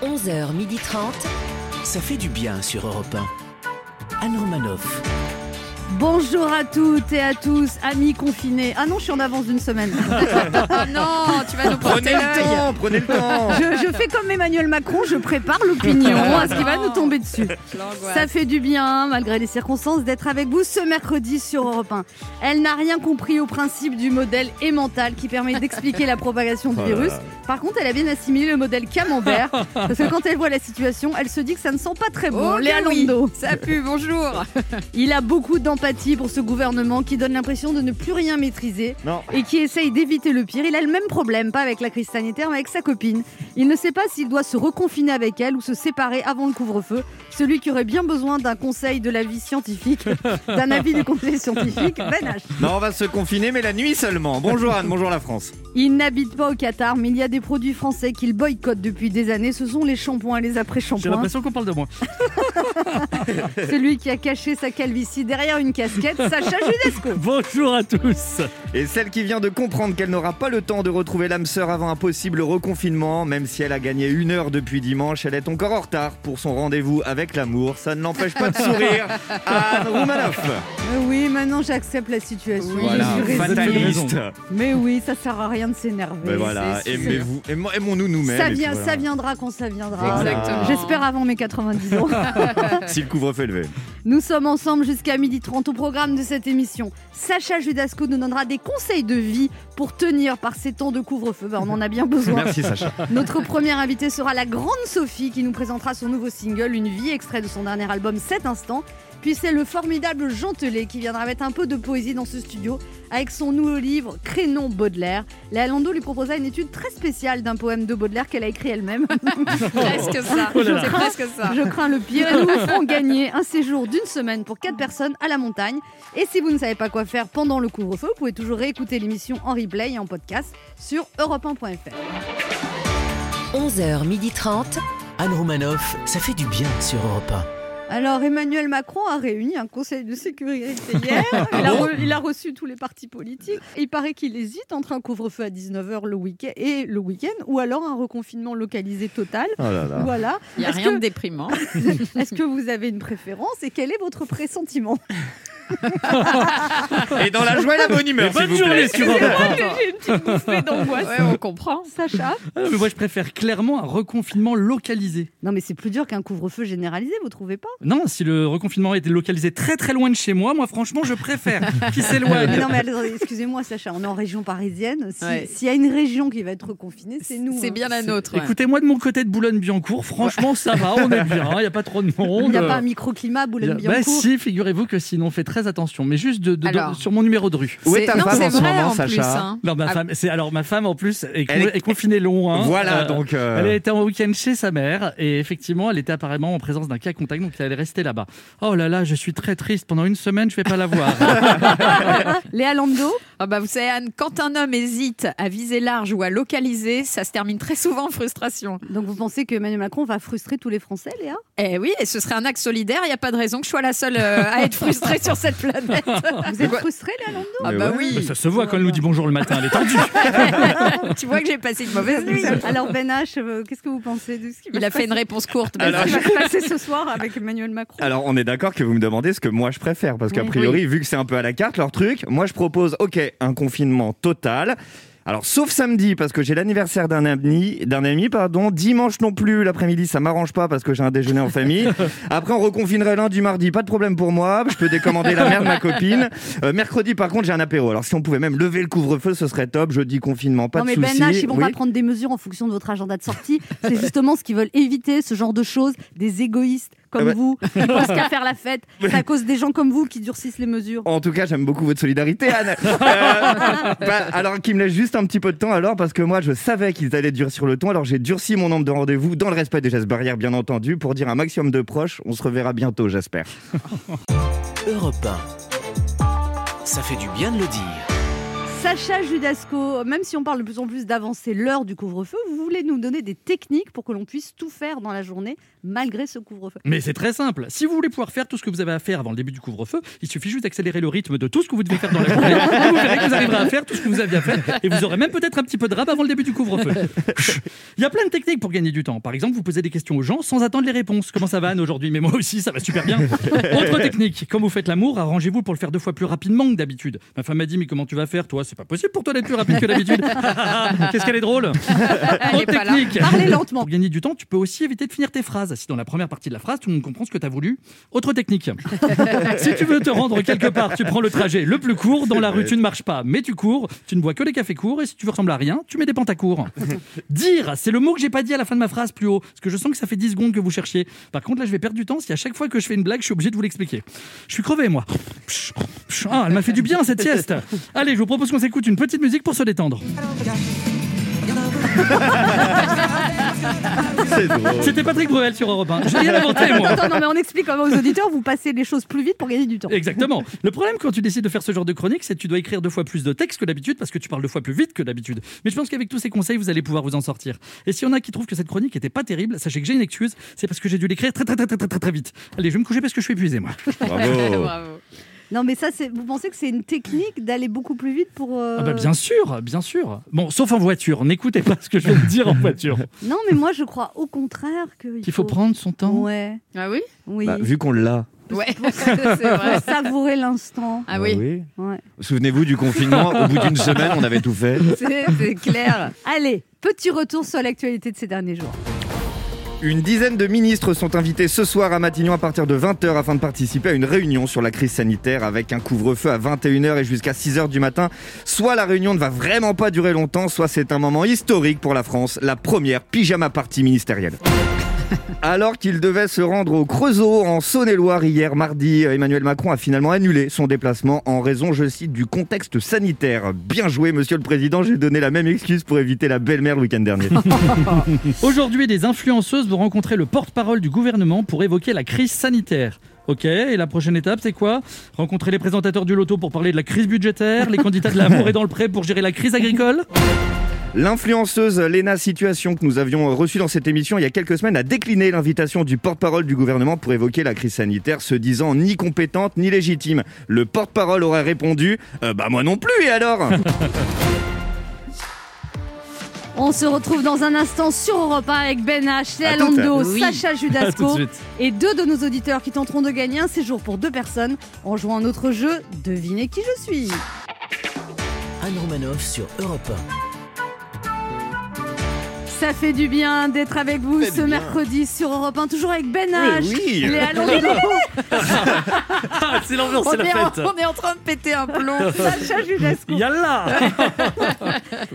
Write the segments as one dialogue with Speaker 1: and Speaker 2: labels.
Speaker 1: 15h30.
Speaker 2: Ça fait du bien sur Europe 1. Anne Romanoff.
Speaker 3: Bonjour à toutes et à tous, amis confinés. Ah non, je suis en avance d'une semaine. Ah non, tu vas nous
Speaker 4: Prenez
Speaker 3: porter
Speaker 4: le
Speaker 3: l'œil.
Speaker 4: temps, prenez le temps.
Speaker 3: Je, je fais comme Emmanuel Macron, je prépare l'opinion à ce qui va
Speaker 4: Non.
Speaker 3: nous tomber dessus.
Speaker 4: L'angoisse.
Speaker 3: Ça fait du bien, malgré les circonstances, d'être avec vous ce mercredi sur Europe 1. Elle n'a rien compris au principe du modèle mental qui permet d'expliquer la propagation du
Speaker 5: Oh là
Speaker 3: virus.
Speaker 5: là.
Speaker 3: Par contre, elle a bien assimilé le modèle camembert, parce que quand elle voit la situation, elle se dit que ça ne sent pas très bon.
Speaker 6: Oh que
Speaker 3: Léa
Speaker 6: oui,
Speaker 3: Landau.
Speaker 6: ça pue,
Speaker 3: bonjour Il a beaucoup d'empathie pour ce gouvernement qui donne l'impression de ne plus rien maîtriser
Speaker 7: Non.
Speaker 3: et qui essaye d'éviter le pire. Il a le même problème, pas avec la crise sanitaire, mais avec sa copine. Il ne sait pas s'il doit se reconfiner avec elle ou se séparer avant le couvre-feu. Celui qui aurait bien besoin d'un conseil de la vie scientifique, d'un avis du conseil scientifique, Ben H.
Speaker 4: Non, on va se confiner, mais la nuit seulement. Bonjour Anne, bonjour la France.
Speaker 3: Il n'habite pas au Qatar, mais il y a des produits français qu'il boycotte depuis des années. Ce sont les shampoings et les
Speaker 8: J'ai
Speaker 3: après-shampoings.
Speaker 8: l'impression qu'on parle de moi.
Speaker 3: Celui qui a caché sa calvitie derrière une casquette, Sacha Judesco.
Speaker 4: Bonjour à tous. Et celle qui vient de comprendre qu'elle n'aura pas le temps de retrouver l'âme sœur avant un possible reconfinement, même si elle a gagné une heure depuis dimanche, elle est encore en retard pour son rendez-vous avec l'amour. Ça ne l'empêche pas de sourire. Anne Roumanoff.
Speaker 3: Mais Euh, oui, maintenant j'accepte la situation.
Speaker 4: Voilà,
Speaker 3: Je suis raisonnée.
Speaker 4: fataliste.
Speaker 3: Mais oui, ça sert à rien de s'énerver.
Speaker 4: Ben voilà,
Speaker 3: C'est sûr.
Speaker 4: aimez-vous, aimons- aimons-nous nous-mêmes.
Speaker 3: Ça,
Speaker 4: et puis
Speaker 3: vient,
Speaker 4: voilà.
Speaker 3: ça viendra quand ça viendra.
Speaker 4: Exactement.
Speaker 3: J'espère avant mes 90 ans.
Speaker 4: Si le couvre-feu est levé.
Speaker 3: Nous sommes ensemble jusqu'à 12h30 au programme de cette émission. Sacha Judasco nous donnera des conseils de vie pour tenir par ces temps de couvre-feu. Ben, on en a bien besoin.
Speaker 4: Merci, Sacha.
Speaker 3: Notre première invitée sera la grande Sophie qui nous présentera son nouveau single Une vie, extrait de son dernier album 7 instants. Puis c'est le formidable Jean Telet qui viendra mettre un peu de poésie dans ce studio avec son nouveau livre Crénon Baudelaire. Léa Landau lui proposa une étude très spéciale d'un poème de Baudelaire qu'elle a écrit elle-même.
Speaker 6: Presque ça. Oh là là. C'est presque ça.
Speaker 3: Je crains le pire. Et nous vous ferons gagner un séjour d'une semaine pour quatre personnes à la montagne. Et si vous ne savez pas quoi faire pendant le couvre-feu, vous pouvez toujours réécouter l'émission en replay et en podcast sur europe1.fr.
Speaker 1: 11h30.
Speaker 2: Anne Romanoff, ça fait du bien sur Europe
Speaker 3: Alors, Emmanuel Macron a réuni un conseil de sécurité hier. Il,
Speaker 2: Ah
Speaker 3: a,
Speaker 2: bon
Speaker 3: re- il a reçu tous les partis politiques. Il paraît qu'il hésite entre un couvre-feu à 19h le week-end et le week-end, ou alors un reconfinement localisé total.
Speaker 6: Oh là là.
Speaker 3: Voilà.
Speaker 6: Il y a
Speaker 3: Est-ce
Speaker 6: rien
Speaker 3: que-
Speaker 6: de déprimant.
Speaker 3: Est-ce que vous avez une préférence et quel est votre pressentiment
Speaker 4: Et dans la joie et la bonne humeur,
Speaker 8: Et bonne
Speaker 4: s'il vous
Speaker 8: journée
Speaker 4: plaît.
Speaker 8: sur Europe un.
Speaker 3: que j'ai une petite bouffée d'angoisse.
Speaker 6: Ouais, on comprend.
Speaker 3: Sacha
Speaker 8: Ah non, mais moi, je préfère clairement un reconfinement localisé.
Speaker 3: Non, mais c'est plus dur qu'un couvre-feu généralisé, vous trouvez pas
Speaker 8: Non, si le reconfinement était localisé très très loin de chez moi, moi franchement, je préfère qu'il s'éloigne.
Speaker 3: Mais Non, mais attendez, excusez-moi, Sacha, on est en région parisienne. Si- S'il
Speaker 8: Ouais.
Speaker 3: y a une région qui va être reconfinée, c'est nous.
Speaker 6: C'est
Speaker 3: hein.
Speaker 6: bien la nôtre. ouais.
Speaker 8: Écoutez, moi de mon côté de Boulogne-Biancourt, franchement, ça va, on est bien, il n'y a pas trop de monde. euh,
Speaker 3: Il n'y a pas un microclimat à Boulogne-Biancourt.
Speaker 8: Bah si, figurez-vous que sinon, faites très attention. Mais juste de, de- de-
Speaker 3: Alors.
Speaker 8: sur mon numéro de rue.
Speaker 4: Où est ta C'est- non, femme c'est en ce vrai, moment, en Sacha plus, hein.
Speaker 8: Non, bah, ma
Speaker 4: Ah.
Speaker 8: femme, c'est alors ma femme en plus est, con-
Speaker 4: Elle est-
Speaker 8: est confinée loin.
Speaker 4: Voilà, donc, euh,
Speaker 8: hein, Elle était en week-end chez sa mère et effectivement, elle était apparemment en présence d'un cas contact, donc elle est restée là-bas. Oh là là, je suis très triste. Pendant une semaine, je vais pas la voir.
Speaker 3: Ah, Léa Lando
Speaker 6: ah bah Vous savez, Anne, quand un homme hésite à viser large ou à localiser, ça se termine très souvent en frustration.
Speaker 3: Donc vous pensez que Emmanuel Macron va frustrer tous les Français, Léa
Speaker 6: Eh oui, et ce serait un acte solidaire. Il n'y a pas de raison que je sois la seule euh, à être frustrée sur cette planète.
Speaker 3: Vous êtes frustrée, Léa Landau
Speaker 6: Ah bah oui.
Speaker 8: Mais ça se voit quand elle nous dit bonjour le matin, elle est tendue.
Speaker 6: tu vois que j'ai passé une mauvaise nuit.
Speaker 3: Alors Ben H, euh, qu'est-ce que vous pensez de ce qui va
Speaker 6: Il a
Speaker 3: se
Speaker 6: fait
Speaker 3: passer-
Speaker 6: une réponse courte. mais
Speaker 3: Ce
Speaker 4: Alors,
Speaker 3: qui va se passer ce soir avec Emmanuel Macron.
Speaker 4: Alors, on est d'accord que vous me demandez ce que moi je préfère, parce qu'a
Speaker 3: Oui.
Speaker 4: priori,
Speaker 3: Oui.
Speaker 4: vu que c'est un peu à la carte leur truc, moi je propose, ok, un confinement total. Alors, sauf samedi, parce que j'ai l'anniversaire d'un ami, d'un ami, pardon. Dimanche non plus, l'après-midi, ça m'arrange pas parce que j'ai un déjeuner en famille. Après, on reconfinerait lundi, mardi, pas de problème pour moi. Je peux décommander la mère de ma copine. Euh, mercredi, par contre, j'ai un apéro. Alors, si on pouvait même lever le couvre-feu, ce serait top. Jeudi, confinement, pas
Speaker 3: non mais
Speaker 4: de
Speaker 3: Ben
Speaker 4: soucis.
Speaker 3: H, ils vont
Speaker 4: Oui.
Speaker 3: pas prendre des mesures en fonction de votre agenda de sortie. C'est justement ce qu'ils veulent éviter, ce genre de choses, des égoïstes comme
Speaker 4: Ah bah.
Speaker 3: vous, qui pensent qu'à faire la fête. C'est à cause des gens comme vous qui durcissent les mesures.
Speaker 4: En tout cas, j'aime beaucoup votre solidarité, Anne. Euh, bah, alors, qui me laisse juste un petit peu de temps, alors, parce que moi, je savais qu'ils allaient durcir le ton. Alors, j'ai durci mon nombre de rendez-vous, dans le respect des gestes barrières, bien entendu, pour dire un maximum de proches. On se reverra bientôt, j'espère.
Speaker 2: 1. Europe 1. Ça fait du bien de le dire.
Speaker 3: Sacha Judasco, même si on parle de plus en plus d'avancer l'heure du couvre-feu, vous voulez nous donner des techniques pour que l'on puisse tout faire dans la journée malgré ce couvre-feu.
Speaker 8: Mais c'est très simple. Si vous voulez pouvoir faire tout ce que vous avez à faire avant le début du couvre-feu, il suffit juste d'accélérer le rythme de tout ce que vous devez faire dans la journée. Et vous verrez que vous arriverez à faire tout ce que vous aviez à faire et vous aurez même peut-être un petit peu de rap avant le début du couvre-feu. Il y a plein de techniques pour gagner du temps. Par exemple, vous posez des questions aux gens sans attendre les réponses. Comment ça va Anne aujourd'hui Mais moi aussi, ça va super bien. Autre technique, quand vous faites l'amour, arrangez-vous pour le faire deux fois plus rapidement que d'habitude. Ma femme m'a dit mais comment tu vas faire toi C'est pas possible pour toi d'être plus rapide que d'habitude. Qu'est-ce qu'elle est drôle.
Speaker 6: Elle est
Speaker 8: Autre
Speaker 6: pas là.
Speaker 8: technique.
Speaker 3: Parlez lentement.
Speaker 8: Pour gagner du temps, tu peux aussi éviter de finir tes phrases. Si dans la première partie de la phrase, tout le monde comprend ce que tu as voulu, autre technique. si tu veux te rendre quelque part, tu prends le trajet le plus court. Dans la rue, tu ne marches pas, mais tu cours. Tu ne bois que des cafés courts. Et si tu veux ressembler à rien, tu mets des pantacourts. Dire, c'est le mot que j'ai pas dit à la fin de ma phrase plus haut. Parce que je sens que ça fait 10 secondes que vous cherchiez. Par contre, là, je vais perdre du temps si à chaque fois que je fais une blague, je suis obligé de vous l'expliquer. Je suis crevé, moi. Ah, elle m'a fait du bien cette sieste. Allez, je vous propose qu'on s'écoute une petite musique pour se détendre.
Speaker 4: C'est drôle.
Speaker 8: C'était Patrick Bruel sur Europe 1. J'ai rien inventé, moi.
Speaker 3: Attends, non, mais on explique comment aux auditeurs, vous passez les choses plus vite pour gagner du temps.
Speaker 8: Exactement. Le problème quand tu décides de faire ce genre de chronique, c'est que tu dois écrire deux fois plus de texte que d'habitude parce que tu parles deux fois plus vite que d'habitude. Mais je pense qu'avec tous ces conseils, vous allez pouvoir vous en sortir. Et s'il y en a qui trouvent que cette chronique était pas terrible, sachez que j'ai une excuse, c'est parce que j'ai dû l'écrire très très très très très très vite. Allez, je vais me coucher parce que je suis épuisé, moi.
Speaker 4: Bravo.
Speaker 6: Bravo.
Speaker 3: Non, mais ça, c'est- vous pensez que c'est une technique d'aller beaucoup plus vite pour. euh,
Speaker 8: Ah bah bien sûr, bien sûr. Bon, sauf en voiture, n'écoutez pas ce que je vais vous dire en voiture.
Speaker 3: Non, mais moi, je crois au contraire que.
Speaker 8: Il faut prendre son temps.
Speaker 3: Ouais,
Speaker 6: Ah oui
Speaker 3: oui.
Speaker 4: Bah, vu qu'on l'a.
Speaker 6: Ouais, c'est vrai.
Speaker 3: Pour savourer l'instant.
Speaker 6: Ah
Speaker 8: Bah
Speaker 6: oui,
Speaker 3: Ouais.
Speaker 4: Souvenez-vous du confinement, au bout d'une semaine, on avait tout fait.
Speaker 6: c'est c'est clair.
Speaker 3: Allez, petit retour sur l'actualité de ces derniers jours.
Speaker 4: Une dizaine de ministres sont invités ce soir à Matignon à partir de 20h afin de participer à une réunion sur la crise sanitaire avec un couvre-feu à 21h et jusqu'à 6h du matin. Soit la réunion ne va vraiment pas durer longtemps, soit c'est un moment historique pour la France, la première pyjama partie ministérielle. Alors qu'il devait se rendre au Creusot en Saône-et-Loire hier mardi, Emmanuel Macron a finalement annulé son déplacement en raison, je cite, du contexte sanitaire. Bien joué, monsieur le président, j'ai donné la même excuse pour éviter la belle-mère le week-end dernier.
Speaker 8: Aujourd'hui, des influenceuses vont rencontrer le porte-parole du gouvernement pour évoquer la crise sanitaire. Ok, et la prochaine étape, c'est quoi Rencontrer les présentateurs du loto pour parler de la crise budgétaire, les candidats de l'amour et dans le prêt pour gérer la crise agricole
Speaker 4: L'influenceuse Léna Situation que nous avions reçue dans cette émission il y a quelques semaines a décliné l'invitation du porte-parole du gouvernement pour évoquer la crise sanitaire, se disant ni compétente ni légitime. Le porte-parole aurait répondu Euh, Bah moi non plus et alors
Speaker 3: On se retrouve dans un instant sur Europe 1 avec Ben H, Léa
Speaker 4: À tout à
Speaker 3: Lando,
Speaker 6: l'heure. Oui.
Speaker 3: Sacha
Speaker 8: À tout de
Speaker 3: Judasco
Speaker 8: suite.
Speaker 3: et deux de nos auditeurs qui tenteront de gagner un séjour pour deux personnes en jouant à notre jeu Devinez qui je suis.
Speaker 2: Anne Romanoff sur Europe
Speaker 3: Ça fait du bien d'être avec vous
Speaker 4: Fait
Speaker 3: ce
Speaker 4: du bien.
Speaker 3: mercredi sur Europe 1, toujours avec Ben H,
Speaker 4: Oui, oui.
Speaker 3: Léa Lando,
Speaker 8: Ah, c'est l'ambiance,
Speaker 6: On
Speaker 8: c'est la
Speaker 6: est, en,
Speaker 8: fête
Speaker 6: on est en train de péter un plomb.
Speaker 3: Sacha Judasco.
Speaker 8: Yallah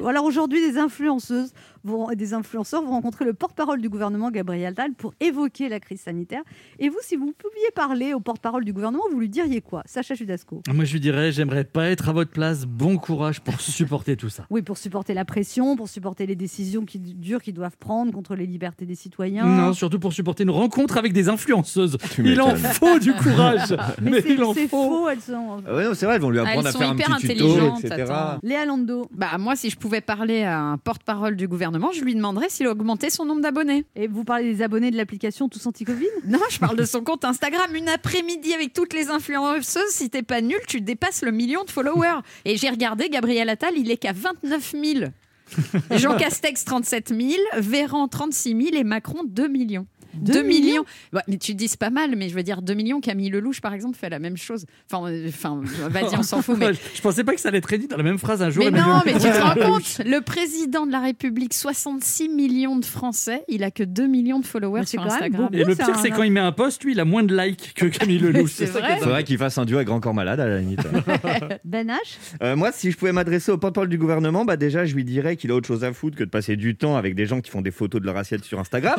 Speaker 3: Alors aujourd'hui, des influenceuses vont, des influenceurs vont rencontrer le porte-parole du gouvernement, Gabriel Attal, pour évoquer la crise sanitaire. Et vous, si vous pouviez parler au porte-parole du gouvernement, vous lui diriez quoi Sacha Judasco
Speaker 8: Moi, je lui dirais, j'aimerais pas être à votre place. Bon courage pour supporter tout ça.
Speaker 3: Oui, pour supporter la pression, pour supporter les décisions qui, dures qu'ils doivent prendre contre les libertés des citoyens.
Speaker 8: Non, surtout pour supporter une rencontre avec des influenceuses.
Speaker 4: Tu
Speaker 8: Il en
Speaker 4: m'étonnes.
Speaker 8: faut du courage
Speaker 3: mais,
Speaker 8: Mais
Speaker 3: c'est-
Speaker 8: il en
Speaker 3: c'est
Speaker 8: faut
Speaker 3: faux, elles sont.
Speaker 4: Ah ouais, non, C'est vrai, ils vont lui apprendre
Speaker 6: Elles
Speaker 4: à
Speaker 6: sont
Speaker 4: faire un
Speaker 6: hyper
Speaker 4: petit tuto,
Speaker 6: intelligentes,
Speaker 4: etc.
Speaker 6: attends.
Speaker 3: Léa Lando,
Speaker 6: Bah moi, si je pouvais parler à un porte-parole du gouvernement, je lui demanderais s'il augmentait son nombre d'abonnés.
Speaker 3: et vous parlez des abonnés de l'application Tous Anti-Covid
Speaker 6: Non, je parle de son compte Instagram. Une après-midi avec toutes les influenceuses, si t'es pas nul, tu dépasses le million de followers. Et j'ai regardé, Gabriel Attal, il est qu'à 29 000. Jean Castex, 37 000. Véran, 36 000. Et Macron, 2 millions. 2, millions, Ouais, Mais tu dis c'est pas mal, mais je veux dire 2 millions. Camille Lelouch, par exemple, fait la même chose. Enfin, euh, enfin vas-y, on s'en fout. Mais
Speaker 8: Je pensais pas que ça allait être dit dans la même phrase un jour.
Speaker 6: mais
Speaker 8: Emmanuel
Speaker 6: non, mais tu te
Speaker 8: Macron.
Speaker 6: rends compte Le président de la République, 66 millions de Français, il a que 2 millions de followers
Speaker 3: Mais c'est
Speaker 6: sur
Speaker 3: quand même
Speaker 6: Instagram.
Speaker 3: beaucoup. hein,
Speaker 8: Et le
Speaker 3: C'est
Speaker 8: pire,
Speaker 3: un-
Speaker 8: c'est quand il met un post, lui, il a moins de likes que Camille Lelouch.
Speaker 6: C'est
Speaker 8: ça qui
Speaker 6: vrai.
Speaker 8: est dingue.
Speaker 4: Faudrait qu'il fasse un duo avec Grand Corps Malade à la limite.
Speaker 3: Ben H
Speaker 4: Euh, moi, si je pouvais m'adresser au porte-parole du gouvernement, bah déjà, je lui dirais qu'il a autre chose à foutre que de passer du temps avec des gens qui font des photos de leur assiette sur Instagram.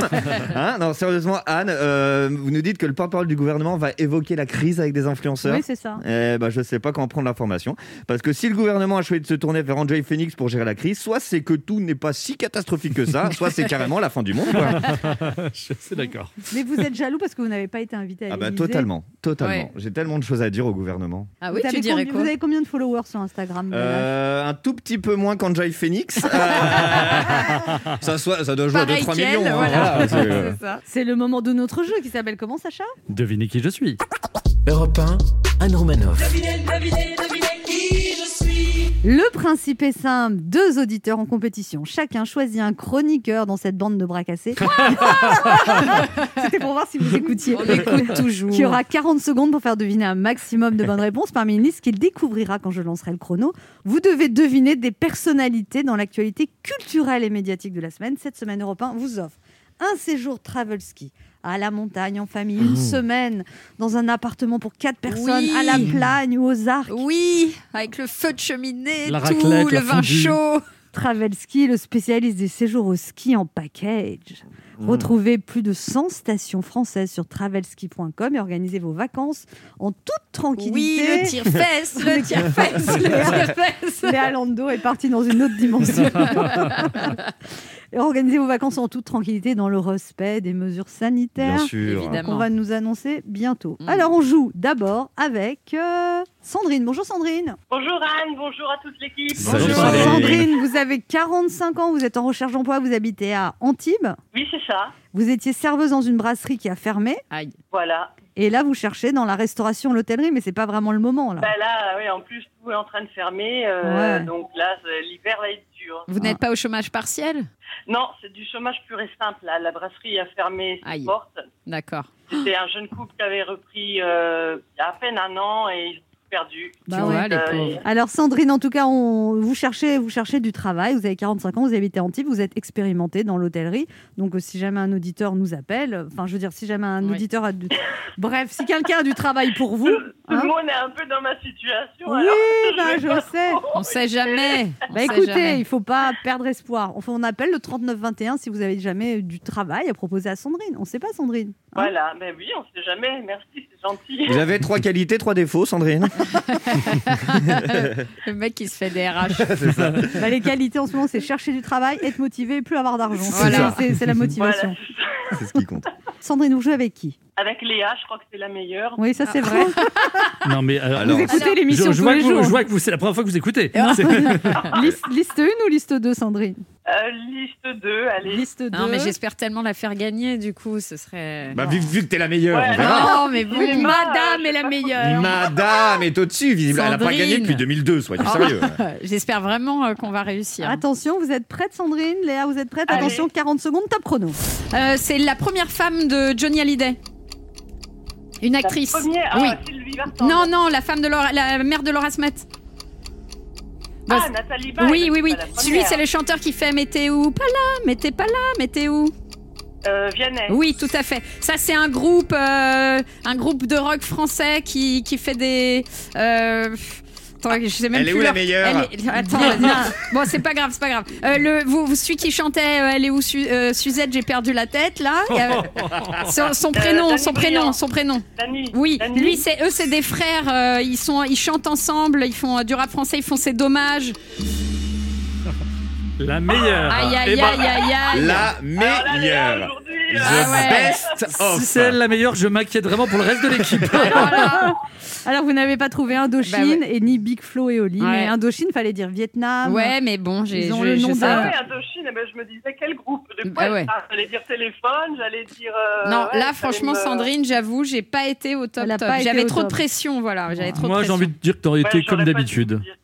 Speaker 4: Hein non, c'est sérieusement, Anne, euh, vous nous dites que le porte-parole du gouvernement va évoquer la crise avec des influenceurs.
Speaker 3: Oui, c'est ça.
Speaker 4: Eh ben, je sais pas comment prendre l'information. Parce que si le gouvernement a choisi de se tourner vers Enjoy Phoenix pour gérer la crise, soit c'est que tout n'est pas si catastrophique que ça, soit c'est carrément la fin du monde. quoi.
Speaker 8: C'est d'accord.
Speaker 3: Mais vous êtes jaloux parce que vous n'avez pas été invité à
Speaker 4: Ah bah
Speaker 3: l'Élysée.
Speaker 4: totalement, totalement.
Speaker 6: Ouais.
Speaker 4: J'ai tellement de choses à dire au gouvernement.
Speaker 6: Ah
Speaker 3: Vous
Speaker 6: oui, tu
Speaker 3: avez
Speaker 6: dirais
Speaker 3: combien-
Speaker 6: quoi
Speaker 3: Vous avez combien de followers sur Instagram Ben Bella
Speaker 4: Euh, un tout petit peu moins qu'Enjoy Phoenix. Euh, ça, soit, ça doit jouer à
Speaker 6: Pareil
Speaker 4: 2-3
Speaker 6: qu'elle,
Speaker 4: millions. hein,
Speaker 6: voilà.
Speaker 4: voilà, c'est, euh,
Speaker 6: C'est ça.
Speaker 3: C'est le moment de notre jeu qui s'appelle comment, Sacha
Speaker 8: Devinez qui je suis.
Speaker 2: Europe 1, Anne Romanoff.
Speaker 3: Le principe est simple, deux auditeurs en compétition. Chacun choisit un chroniqueur dans cette bande de bras cassés. C'était pour voir si vous écoutiez.
Speaker 6: On écoute toujours.
Speaker 3: Qui aura 40 secondes pour faire deviner un maximum de bonnes réponses parmi une liste qu'il découvrira quand je lancerai le chrono. Vous devez deviner des personnalités dans l'actualité culturelle et médiatique de la semaine. Cette semaine, Europe 1 vous offre un séjour travel ski à la montagne en famille,
Speaker 8: Oh.
Speaker 3: une semaine dans un appartement pour quatre personnes
Speaker 6: Oui.
Speaker 3: à la plagne ou aux arcs.
Speaker 6: Oui, avec le feu de cheminée,
Speaker 8: La
Speaker 6: tout,
Speaker 8: raclette, la
Speaker 6: le vin
Speaker 8: fondue.
Speaker 6: chaud.
Speaker 3: Travel Ski, le spécialiste des séjours au ski en package.
Speaker 4: Mmh.
Speaker 3: Retrouvez plus de 100 stations françaises sur travelski.com et organisez vos vacances en toute
Speaker 6: Oui,
Speaker 3: tranquillité.
Speaker 6: le tire-fesse, le tire-fesse, le tire-fesse.
Speaker 3: Léa Lando est partie dans une autre dimension. Et organisez vos vacances en toute tranquillité dans le respect des mesures sanitaires
Speaker 4: Bien sûr.
Speaker 6: Évidemment.
Speaker 3: qu'on va nous annoncer bientôt.
Speaker 6: Mm.
Speaker 3: Alors on joue d'abord avec euh, Sandrine. Bonjour Sandrine.
Speaker 1: Bonjour Anne, bonjour à toute l'équipe.
Speaker 8: Salut,
Speaker 4: Bonjour.
Speaker 8: Sandrine.
Speaker 3: Sandrine, vous avez 45 ans, vous êtes en recherche d'emploi, vous habitez à Antibes.
Speaker 1: Oui, c'est ça.
Speaker 3: Vous étiez serveuse dans une brasserie qui a fermé.
Speaker 6: Aïe.
Speaker 1: Voilà.
Speaker 3: Et là, vous cherchez dans la restauration, l'hôtellerie, mais c'est pas vraiment le moment. Là.
Speaker 1: Bah là, oui, en plus, tout est en train de fermer. euh,
Speaker 3: Ouais.
Speaker 1: Donc là, c'est- l'hiver va être dur.
Speaker 6: Vous n'êtes pas au chômage partiel
Speaker 1: Non, c'est du chômage pur et simple. Là. La brasserie a fermé ses
Speaker 6: Aïe.
Speaker 1: portes.
Speaker 6: D'accord.
Speaker 1: C'était un jeune couple qui avait repris euh, il y a à peine un an et ils ont perdu.
Speaker 3: Bah
Speaker 6: tu
Speaker 3: ouais.
Speaker 6: vois, les
Speaker 1: Euh,
Speaker 6: pauvres.
Speaker 3: Alors Sandrine, en tout cas, on, vous, cherchez, vous cherchez du travail, vous avez 45 ans, vous habitez Antibes, vous êtes expérimentée dans l'hôtellerie. Donc euh, si jamais un auditeur nous appelle, euh, enfin je veux dire, si jamais un
Speaker 6: Oui.
Speaker 3: auditeur a du... Bref, si quelqu'un a du travail pour vous...
Speaker 1: Tout
Speaker 3: hein.
Speaker 1: le monde est un peu dans ma situation.
Speaker 3: oui,
Speaker 1: alors,
Speaker 3: bah,
Speaker 1: vais
Speaker 3: je
Speaker 1: pas
Speaker 3: sais. hein.
Speaker 1: trop.
Speaker 6: On sait jamais. On
Speaker 3: Bah
Speaker 6: sait
Speaker 3: écoutez,
Speaker 6: jamais.
Speaker 3: il faut pas perdre espoir. Enfin, on appelle le 3921 si vous avez jamais du travail à proposer à Sandrine. On sait pas Sandrine. hein.
Speaker 1: Voilà, mais oui, on sait jamais. Merci, c'est gentil.
Speaker 4: Vous avez trois qualités, trois défauts, Sandrine.
Speaker 6: le mec qui se fait des RH.
Speaker 3: Bah, les qualités en ce moment, c'est chercher du travail, être motivé et plus avoir d'argent.
Speaker 6: Voilà.
Speaker 3: C'est- C'est c'est la motivation.
Speaker 1: Voilà, c'est ça.
Speaker 4: C'est ce qui compte.
Speaker 3: Sandrine, vous jouez avec qui
Speaker 1: Avec Léa, je crois que c'est la meilleure.
Speaker 3: Oui,
Speaker 6: Ah,
Speaker 3: ça c'est vrai.
Speaker 8: Non mais alors,
Speaker 4: Alors,
Speaker 3: Vous écoutez
Speaker 6: Alors,
Speaker 3: l'émission
Speaker 8: je, je
Speaker 3: tous
Speaker 8: vois
Speaker 3: les
Speaker 8: que vous,
Speaker 3: jours.
Speaker 8: je vois que vous, c'est la première fois que vous écoutez. C'est-
Speaker 3: Liste, liste 1 ou liste 2, Sandrine
Speaker 1: Euh, liste 2, allez.
Speaker 3: Liste 2.
Speaker 6: Non, mais j'espère tellement la faire gagner, du coup, ce serait.
Speaker 4: Bah, vu, vu que t'es la meilleure,
Speaker 1: Ouais,
Speaker 4: on verra.
Speaker 6: non, euh, mais vous,
Speaker 1: Mais moi,
Speaker 6: madame
Speaker 1: je
Speaker 6: est la
Speaker 1: sais pas
Speaker 6: meilleure.
Speaker 4: Madame est au-dessus, visible. Elle n'a pas
Speaker 6: Sandrine.
Speaker 4: gagné depuis 2002, soyez
Speaker 3: Ah.
Speaker 6: Oh.
Speaker 4: sérieux.
Speaker 6: J'espère vraiment euh, qu'on va réussir.
Speaker 3: Attention, vous êtes prête, Sandrine Léa, vous êtes prête
Speaker 1: Allez.
Speaker 3: Attention, 40 secondes, top chrono.
Speaker 6: Euh, c'est la première femme de Johnny Hallyday. Une actrice.
Speaker 1: La première, ah,
Speaker 6: oui.
Speaker 1: Sylvie Vartan.
Speaker 6: Non, non, la femme de Laura- la mère de Laura Smet. Bah,
Speaker 1: Ah,
Speaker 6: c'est-
Speaker 1: Nathalie Baye,
Speaker 6: oui, oui, oui.
Speaker 1: pas la première.
Speaker 6: Celui, c'est le chanteur qui fait Mettez où Pas là, mettez pas là, mettez où
Speaker 1: Euh, Vianney.
Speaker 6: Oui, tout à fait. Ça, c'est un groupe, euh, un groupe de rock français qui, qui fait des. euh, attends, je sais même
Speaker 4: Elle est
Speaker 6: plus
Speaker 4: où la
Speaker 6: leur-
Speaker 4: meilleure
Speaker 6: Elle est- Attends, vas-y. bon, c'est pas grave, c'est pas grave. Euh, le, vous, vous- celui qui chantait, euh, elle est où Su- euh, Suzette J'ai perdu la tête là. Ah, Il y a- son, son prénom,
Speaker 1: Danny
Speaker 6: son prénom,
Speaker 1: Euh, Briand.
Speaker 6: son prénom.
Speaker 1: Dany.
Speaker 6: Oui,
Speaker 1: Dany.
Speaker 6: lui, c'est eux, c'est des frères. euh, ils sont, ils chantent ensemble. Ils font euh, du rap français. Ils font ces dommages.
Speaker 8: La meilleure.
Speaker 6: Aïe,
Speaker 8: Eh
Speaker 6: aïe,
Speaker 8: ben,
Speaker 6: aïe, aïe, aïe.
Speaker 4: La
Speaker 1: Alors là, Léa,
Speaker 4: meilleure.
Speaker 1: aujourd'hui,
Speaker 4: The
Speaker 1: euh,
Speaker 6: Ah ouais.
Speaker 4: best of.
Speaker 8: Si c'est elle la meilleure, je m'inquiète vraiment pour le reste de l'équipe.
Speaker 6: Voilà.
Speaker 3: Alors, vous n'avez pas trouvé Indochine
Speaker 6: Bah ouais.
Speaker 3: et ni Big Flo et Oli,
Speaker 6: Ouais.
Speaker 3: mais Indochine, fallait dire Vietnam.
Speaker 6: Ouais, mais bon, j'ai.
Speaker 3: Ils ont
Speaker 6: je-
Speaker 3: le
Speaker 6: je
Speaker 3: nom
Speaker 6: sais
Speaker 3: d'un-
Speaker 1: Ah
Speaker 6: pas.
Speaker 1: ouais, Indochine, eh ben, je me disais quel groupe de quoi
Speaker 6: Ah ouais.
Speaker 1: ah, J'allais dire téléphone, j'allais dire. euh,
Speaker 6: Non,
Speaker 1: ouais,
Speaker 6: là,
Speaker 1: j'allais
Speaker 6: franchement,
Speaker 1: me-
Speaker 6: Sandrine, j'avoue, j'ai pas été au top.
Speaker 3: Elle a
Speaker 6: top.
Speaker 3: pas été
Speaker 6: J'avais
Speaker 3: au
Speaker 6: trop
Speaker 3: top.
Speaker 6: de pression, voilà. J'avais trop
Speaker 8: Moi,
Speaker 6: de
Speaker 8: j'ai
Speaker 6: pression.
Speaker 8: envie de dire que t'aurais
Speaker 1: Ouais,
Speaker 8: été
Speaker 1: j'aurais
Speaker 8: comme
Speaker 1: pas dû
Speaker 8: d'habitude.
Speaker 1: vous dire que-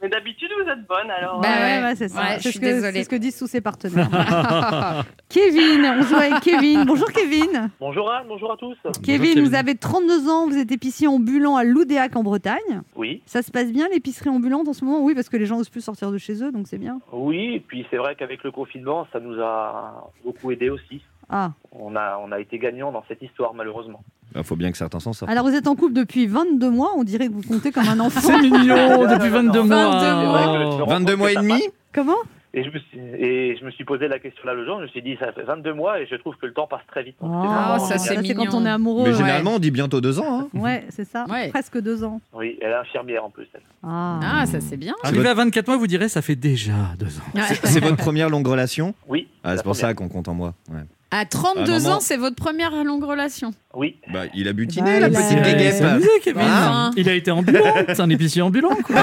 Speaker 1: Mais d'habitude, vous êtes bonne alors. hein.
Speaker 6: Bah
Speaker 3: Ouais,
Speaker 6: ouais.
Speaker 3: ouais, c'est ça.
Speaker 6: Ouais, je
Speaker 3: c'est ce
Speaker 6: suis
Speaker 3: que-
Speaker 6: désolée.
Speaker 3: c'est ce que disent tous ses partenaires. Kevin, on joue avec Kevin. Bonjour Kevin.
Speaker 5: Bonjour Anne, bonjour à tous.
Speaker 3: Kevin,
Speaker 8: Kevin.
Speaker 3: vous avez 32 ans, vous êtes épicier ambulant à Loudéac en Bretagne.
Speaker 5: Oui,
Speaker 3: Ça se passe bien l'épicerie ambulante en ce moment Oui, parce que les gens n'osent plus sortir de chez eux, donc c'est bien.
Speaker 5: oui, et puis c'est vrai qu'avec le confinement, ça nous a beaucoup aidé aussi.
Speaker 3: Ah.
Speaker 5: On a, on a été gagnants dans cette histoire, malheureusement.
Speaker 4: Il Bah, faut bien que certains s'en sortent.
Speaker 3: Alors vous êtes en couple depuis 22 mois, on dirait que vous comptez comme un enfant.
Speaker 8: C'est mignon depuis 22 mois. hein.
Speaker 6: 22
Speaker 5: C'est
Speaker 6: mois.
Speaker 5: vrai que je me rends compte
Speaker 4: 22
Speaker 5: que
Speaker 4: mois et
Speaker 5: ça
Speaker 4: demi
Speaker 5: passe-
Speaker 3: Comment
Speaker 5: Et je, me suis, et je me suis posé la question là le jour, je me suis dit, ça fait 22 mois et je trouve que le temps passe très
Speaker 4: Oh,
Speaker 5: vite.
Speaker 6: Ah,
Speaker 5: vraiment-
Speaker 6: ça, c'est mignon.
Speaker 3: quand on est amoureux.
Speaker 7: Mais
Speaker 3: ouais.
Speaker 7: généralement, on dit bientôt deux ans. hein.
Speaker 3: Ouais, c'est ça.
Speaker 6: Ouais.
Speaker 3: Presque deux ans.
Speaker 5: Oui, elle est infirmière en plus. elle.
Speaker 3: Ah.
Speaker 6: Ah, ça c'est bien.
Speaker 8: Arrivé à 24 mois, vous direz ça fait déjà deux ans.
Speaker 7: C'est- C'est votre première longue relation
Speaker 5: Oui.
Speaker 7: Ah,
Speaker 5: la
Speaker 7: c'est pour
Speaker 5: première.
Speaker 7: ça qu'on compte en moi. ouais.
Speaker 6: À
Speaker 7: Ah,
Speaker 6: 32
Speaker 7: maman.
Speaker 6: ans, c'est votre première longue relation.
Speaker 5: Oui.
Speaker 7: Bah, il a butiné, la
Speaker 3: Bah, il a-
Speaker 7: petite
Speaker 3: Euh,
Speaker 8: Il
Speaker 7: guéguette.
Speaker 8: s'est amusé, Kevin.
Speaker 4: Hein
Speaker 6: Ah.
Speaker 8: Ah Il a été ambulant, c'est un épicier ambulant. Quoi.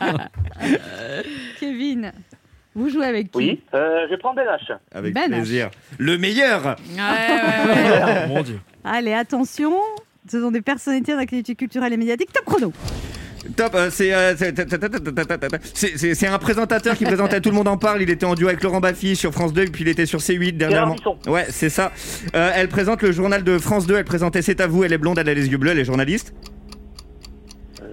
Speaker 3: Kevin, vous jouez avec qui
Speaker 5: Oui. Euh, je prends des lâches.
Speaker 4: Avec
Speaker 3: Ben H.
Speaker 4: plaisir. Le meilleur
Speaker 6: Ouais, ouais, ouais.
Speaker 5: Oh,
Speaker 8: Mon Dieu.
Speaker 3: Allez, attention. Ce sont des personnalités d'actualité culturelle et médiatique. Top chrono.
Speaker 4: Top, euh, c'est, euh, c'est- c'est c'est- c'est un présentateur qui présentait Tout le monde en parle. Il était en duo avec Laurent Baffy sur France 2 et puis il était sur C8 dernièrement.
Speaker 5: Gérard
Speaker 4: Ouais, c'est ça. Euh, elle présente le journal de France 2. Elle présentait C'est à vous. Elle est blonde, elle a les yeux bleus, elle est journaliste.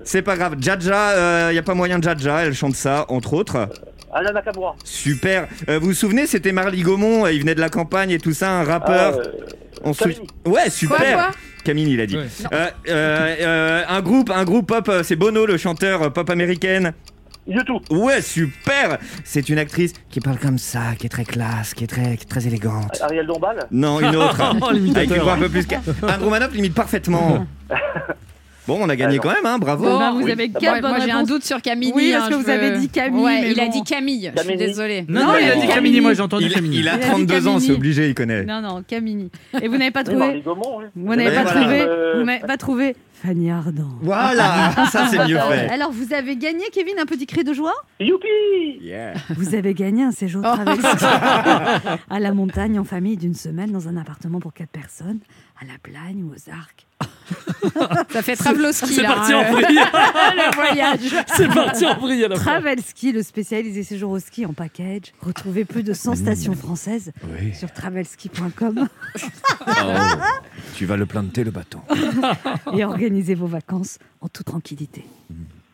Speaker 4: C'est pas grave. Jaja, il n'y a pas moyen de Jaja. Elle chante ça, entre autres.
Speaker 5: Alain Nakamura.
Speaker 4: Super. Euh, vous vous souvenez, c'était Marly Gaumont. euh, Il venait de la campagne et tout ça, un rappeur.
Speaker 5: Ah, euh,
Speaker 4: On se-
Speaker 5: Camille.
Speaker 4: Ouais, super.
Speaker 6: Quoi, quoi
Speaker 4: Camille, il a dit.
Speaker 8: Ouais.
Speaker 4: Euh, euh, euh, un groupe, un groupe pop, euh, c'est Bono, le chanteur euh, pop américaine.
Speaker 5: YouTube.
Speaker 4: Ouais, super C'est une actrice qui parle comme ça, qui est très classe, qui est très, qui est très élégante.
Speaker 5: Ariel Dombal.
Speaker 4: Non, une autre.
Speaker 8: Oh,
Speaker 4: Avec une voix
Speaker 8: l'imitateur.
Speaker 4: un peu plus... ca- Andromanov l'imite parfaitement. Bon, on a gagné
Speaker 5: Alors.
Speaker 4: quand même, hein, bravo.
Speaker 6: Bon,
Speaker 3: Bah, vous
Speaker 6: oui.
Speaker 3: avez
Speaker 6: Ouais,
Speaker 3: quatre
Speaker 6: moi,
Speaker 3: bonnes
Speaker 6: j'ai un
Speaker 3: réponses.
Speaker 6: doute sur Camille.
Speaker 3: Oui, parce
Speaker 6: hein,
Speaker 3: que
Speaker 6: je
Speaker 3: vous avez
Speaker 6: veux-
Speaker 3: dit Camille,
Speaker 6: Ouais,
Speaker 3: mais
Speaker 6: il a
Speaker 3: bon.
Speaker 6: dit Camille. Je suis
Speaker 5: Camille.
Speaker 6: désolée.
Speaker 8: Non, non, il a dit Camille, moi j'ai entendu
Speaker 4: Il,
Speaker 8: Camille.
Speaker 4: il a
Speaker 3: Il a dit
Speaker 4: 32 ans, c'est
Speaker 3: Camini.
Speaker 4: obligé, il connaît.
Speaker 3: Non, non, Camini. Et vous n'avez pas
Speaker 5: Oui, Marie
Speaker 3: trouvé
Speaker 5: Gaumont. oui.
Speaker 3: Vous n'avez
Speaker 4: Ben
Speaker 3: pas
Speaker 4: voilà.
Speaker 3: trouvé
Speaker 5: Euh,
Speaker 3: Vous n'avez pas trouvé Fanny Ardant.
Speaker 4: Voilà, Ah, ça c'est mieux fait.
Speaker 3: Alors, vous avez gagné, Kevin, un petit cri de joie
Speaker 5: Youpi
Speaker 4: Yeah.
Speaker 3: Vous avez gagné un séjour de traversée à la montagne en famille d'une semaine dans un appartement pour quatre personnes, à la Plagne ou aux Arcs.
Speaker 6: Ça fait Travloski
Speaker 8: C'est
Speaker 6: là.
Speaker 8: parti en
Speaker 6: hein.
Speaker 8: vrille.
Speaker 3: Le voyage
Speaker 8: C'est parti en vrille à la fin.
Speaker 3: Travelski, le spécialiste des séjours au ski en package. Retrouvez plus de 100 stations françaises sur travelski.com
Speaker 4: Ah,
Speaker 7: Tu vas le planter le bâton.
Speaker 3: et organisez vos vacances en toute tranquillité.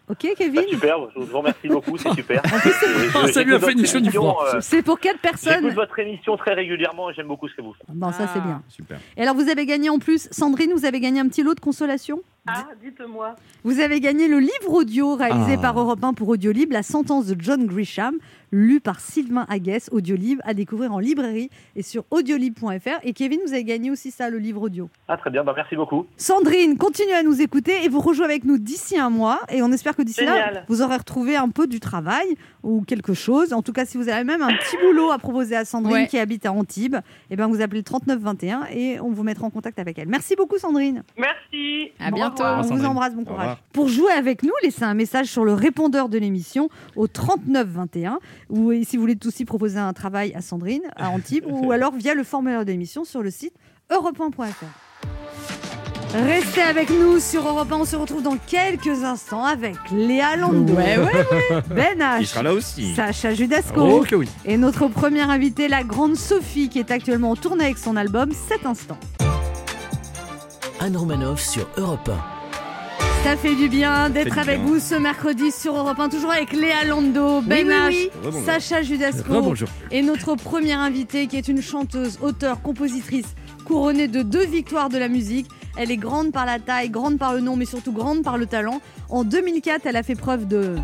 Speaker 3: Ok, Kevin
Speaker 5: Superbe, Bah, je vous remercie beaucoup, c'est super.
Speaker 8: Ah, ça lui a fait une chaud du froid.
Speaker 3: C'est pour quatre
Speaker 5: euh, J'écoute
Speaker 3: personnes.
Speaker 5: votre émission très régulièrement et j'aime beaucoup ce que vous faites. Ah.
Speaker 3: Bon, ça c'est bien.
Speaker 7: Super.
Speaker 3: Et alors, vous avez gagné en plus, Sandrine, vous avez gagné un petit lot de consolation.
Speaker 1: Ah, dites-moi.
Speaker 3: Vous avez gagné le livre audio réalisé par Europe 1 pour Audiolib, La sentence de John Grisham, lu par Sylvain Aguès, Audiolib, à découvrir en librairie et sur audiolib.fr. Et Kevin, vous avez gagné aussi ça, le livre audio.
Speaker 5: Ah, très bien, bah, merci beaucoup.
Speaker 3: Sandrine, continuez à nous écouter et vous rejouez avec nous d'ici un mois. Et on espère que d'ici là,
Speaker 1: Génial.
Speaker 3: vous aurez retrouvé un peu du travail ou quelque chose. En tout cas, si vous avez même un petit boulot à proposer à Sandrine
Speaker 6: Ouais.
Speaker 3: qui habite à Antibes, eh ben vous appelez le 3921 et on vous mettra en contact avec elle. Merci beaucoup, Sandrine.
Speaker 1: Merci.
Speaker 6: À
Speaker 3: Bon,
Speaker 6: bientôt.
Speaker 3: au revoir. on vous
Speaker 8: Sandrine.
Speaker 3: embrasse, bon
Speaker 4: revoir.
Speaker 3: courage. Pour jouer avec nous, laissez un message sur le répondeur de l'émission au 3921 ou et si vous voulez aussi proposer un travail à Sandrine, à Antibes, ou alors via le formulaire de l'émission sur le site europe1.fr. Restez avec nous sur Europe 1. On se retrouve dans quelques instants avec Léa Landau,
Speaker 6: Ouais, ouais.
Speaker 3: Eh Ben
Speaker 4: Il
Speaker 3: H,
Speaker 4: sera là aussi.
Speaker 3: Sacha Judasco
Speaker 8: Oh que oui.
Speaker 3: et notre première invitée, la grande Sophie, qui est actuellement en tournée avec son album 7 instants.
Speaker 2: Anne Romanoff sur Europe 1.
Speaker 3: Ça fait du bien d'être
Speaker 4: du
Speaker 3: avec
Speaker 4: bien.
Speaker 3: vous ce mercredi sur Europe 1, toujours avec Léa Lando, Ben
Speaker 6: oui,
Speaker 3: H,
Speaker 6: oui.
Speaker 4: Rebonjour.
Speaker 3: Sacha Judasco
Speaker 8: Rebonjour.
Speaker 3: et notre première invitée qui est une chanteuse, auteure, compositrice couronnée de deux victoires de la musique. Elle est grande par la taille, grande par le nom, mais surtout grande par le talent. En 2004, elle a fait preuve de...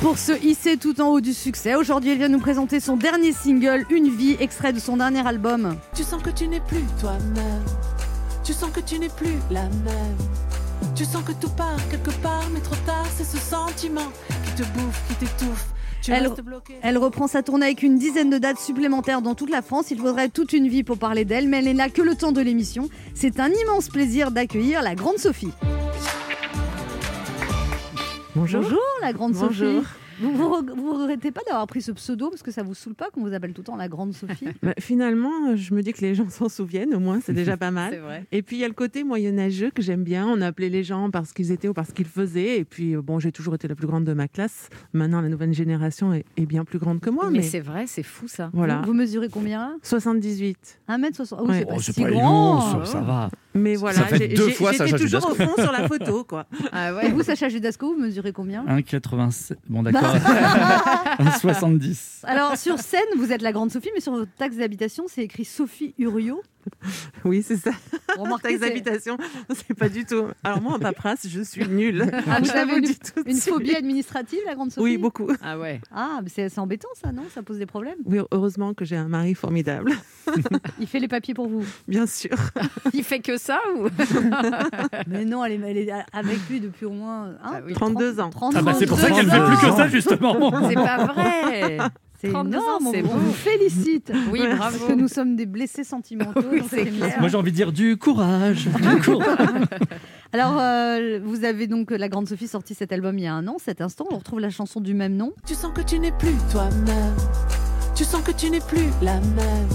Speaker 3: Pour se hisser tout en haut du succès, aujourd'hui elle vient nous présenter son dernier single, Une vie, extrait de son dernier album.
Speaker 9: Tu sens que tu n'es plus toi-même. Tu sens que tu n'es plus la même. Tu sens que tout part quelque part, mais trop tard, c'est ce sentiment qui te bouffe, qui t'étouffe. Tu
Speaker 3: Elle-
Speaker 9: restes bloqué.
Speaker 3: Elle reprend sa tournée avec une dizaine de dates supplémentaires dans toute la France. Il faudrait toute une vie pour parler d'elle, mais elle n'est là que le temps de l'émission. C'est un immense plaisir d'accueillir la grande Sophie. Bonjour. la grande
Speaker 10: Bonjour.
Speaker 3: Sophie. Vous vous, reg- vous regrettez pas d'avoir pris ce pseudo parce que ça vous saoule pas qu'on vous appelle tout le temps la grande Sophie
Speaker 10: Bah, finalement, euh, je me dis que les gens s'en souviennent, au moins, c'est déjà pas
Speaker 6: C'est
Speaker 10: mal.
Speaker 6: vrai.
Speaker 10: Et puis, il y a le côté moyenâgeux que j'aime bien. On appelait les gens parce qu'ils étaient ou parce qu'ils faisaient. Et puis, euh, bon, j'ai toujours été la plus grande de ma classe. Maintenant, la nouvelle génération est, est bien plus grande que moi.
Speaker 6: mais
Speaker 10: Oh, Mais,
Speaker 6: c'est vrai, c'est fou ça.
Speaker 10: voilà.
Speaker 3: vous, vous mesurez combien
Speaker 10: 78.
Speaker 3: 1m60. Oh,
Speaker 10: Ouais.
Speaker 3: c'est pas
Speaker 8: Oh,
Speaker 3: si
Speaker 8: c'est pas
Speaker 3: grand.
Speaker 8: immense, ça va.
Speaker 10: Mais voilà,
Speaker 7: fait
Speaker 10: j'ai-
Speaker 7: deux
Speaker 10: j'ai-
Speaker 7: fois
Speaker 10: j'étais
Speaker 7: Sacha
Speaker 10: toujours au fond sur la photo, quoi.
Speaker 6: Ah
Speaker 3: Et
Speaker 6: ouais.
Speaker 3: vous, Sacha Judasco, vous mesurez combien
Speaker 8: 1,87. Bon, Hein, d'accord. 1,70.
Speaker 3: Alors sur scène, vous êtes la grande Sophie, mais sur votre taxe d'habitation, c'est écrit Sophie Uriot.
Speaker 8: Ah,
Speaker 10: Oui, c'est ça.
Speaker 3: Remarquez,
Speaker 10: Taxe
Speaker 3: c'est-
Speaker 10: d'habitation, c'est pas du tout. Alors moi, en paperasse, je suis nulle.
Speaker 3: Ah, vous
Speaker 10: Je
Speaker 3: avez
Speaker 10: vous
Speaker 3: une,
Speaker 10: dis tout de
Speaker 3: une
Speaker 10: suite.
Speaker 3: phobie administrative, la grande Sophie
Speaker 10: Oui, beaucoup.
Speaker 6: Ah ouais.
Speaker 3: Ah, mais c'est c'est embêtant ça, non Ça pose des problèmes.
Speaker 10: Oui, heureusement que j'ai un mari formidable,
Speaker 3: Il fait les papiers pour vous.
Speaker 10: bien sûr.
Speaker 6: Il fait que ça ou
Speaker 3: Mais non, elle est, elle est avec lui depuis au moins hein,
Speaker 6: Ah oui.
Speaker 10: 32 ans.
Speaker 3: 30
Speaker 8: Ah bah c'est pour ça
Speaker 3: 32
Speaker 8: qu'elle fait plus que
Speaker 3: ans.
Speaker 8: ça justement.
Speaker 6: C'est pas vrai.
Speaker 3: C'est
Speaker 6: 32 ans,
Speaker 3: énorme,
Speaker 6: c'est
Speaker 3: on
Speaker 6: beau.
Speaker 3: vous félicite.
Speaker 6: Oui,
Speaker 10: Ouais.
Speaker 3: Parce
Speaker 6: bravo.
Speaker 3: que nous sommes des blessés sentimentaux.
Speaker 6: Oui,
Speaker 3: dans
Speaker 6: c'est
Speaker 3: cette
Speaker 6: clair.
Speaker 3: émission.
Speaker 8: Moi j'ai envie de dire du courage. Du courage.
Speaker 3: Alors, euh, vous avez donc euh, la grande Sophie sorti cet album il y a un an, cet instant. On retrouve la chanson du même nom.
Speaker 9: Tu sens que tu n'es plus toi-même. Tu sens que tu n'es plus la même.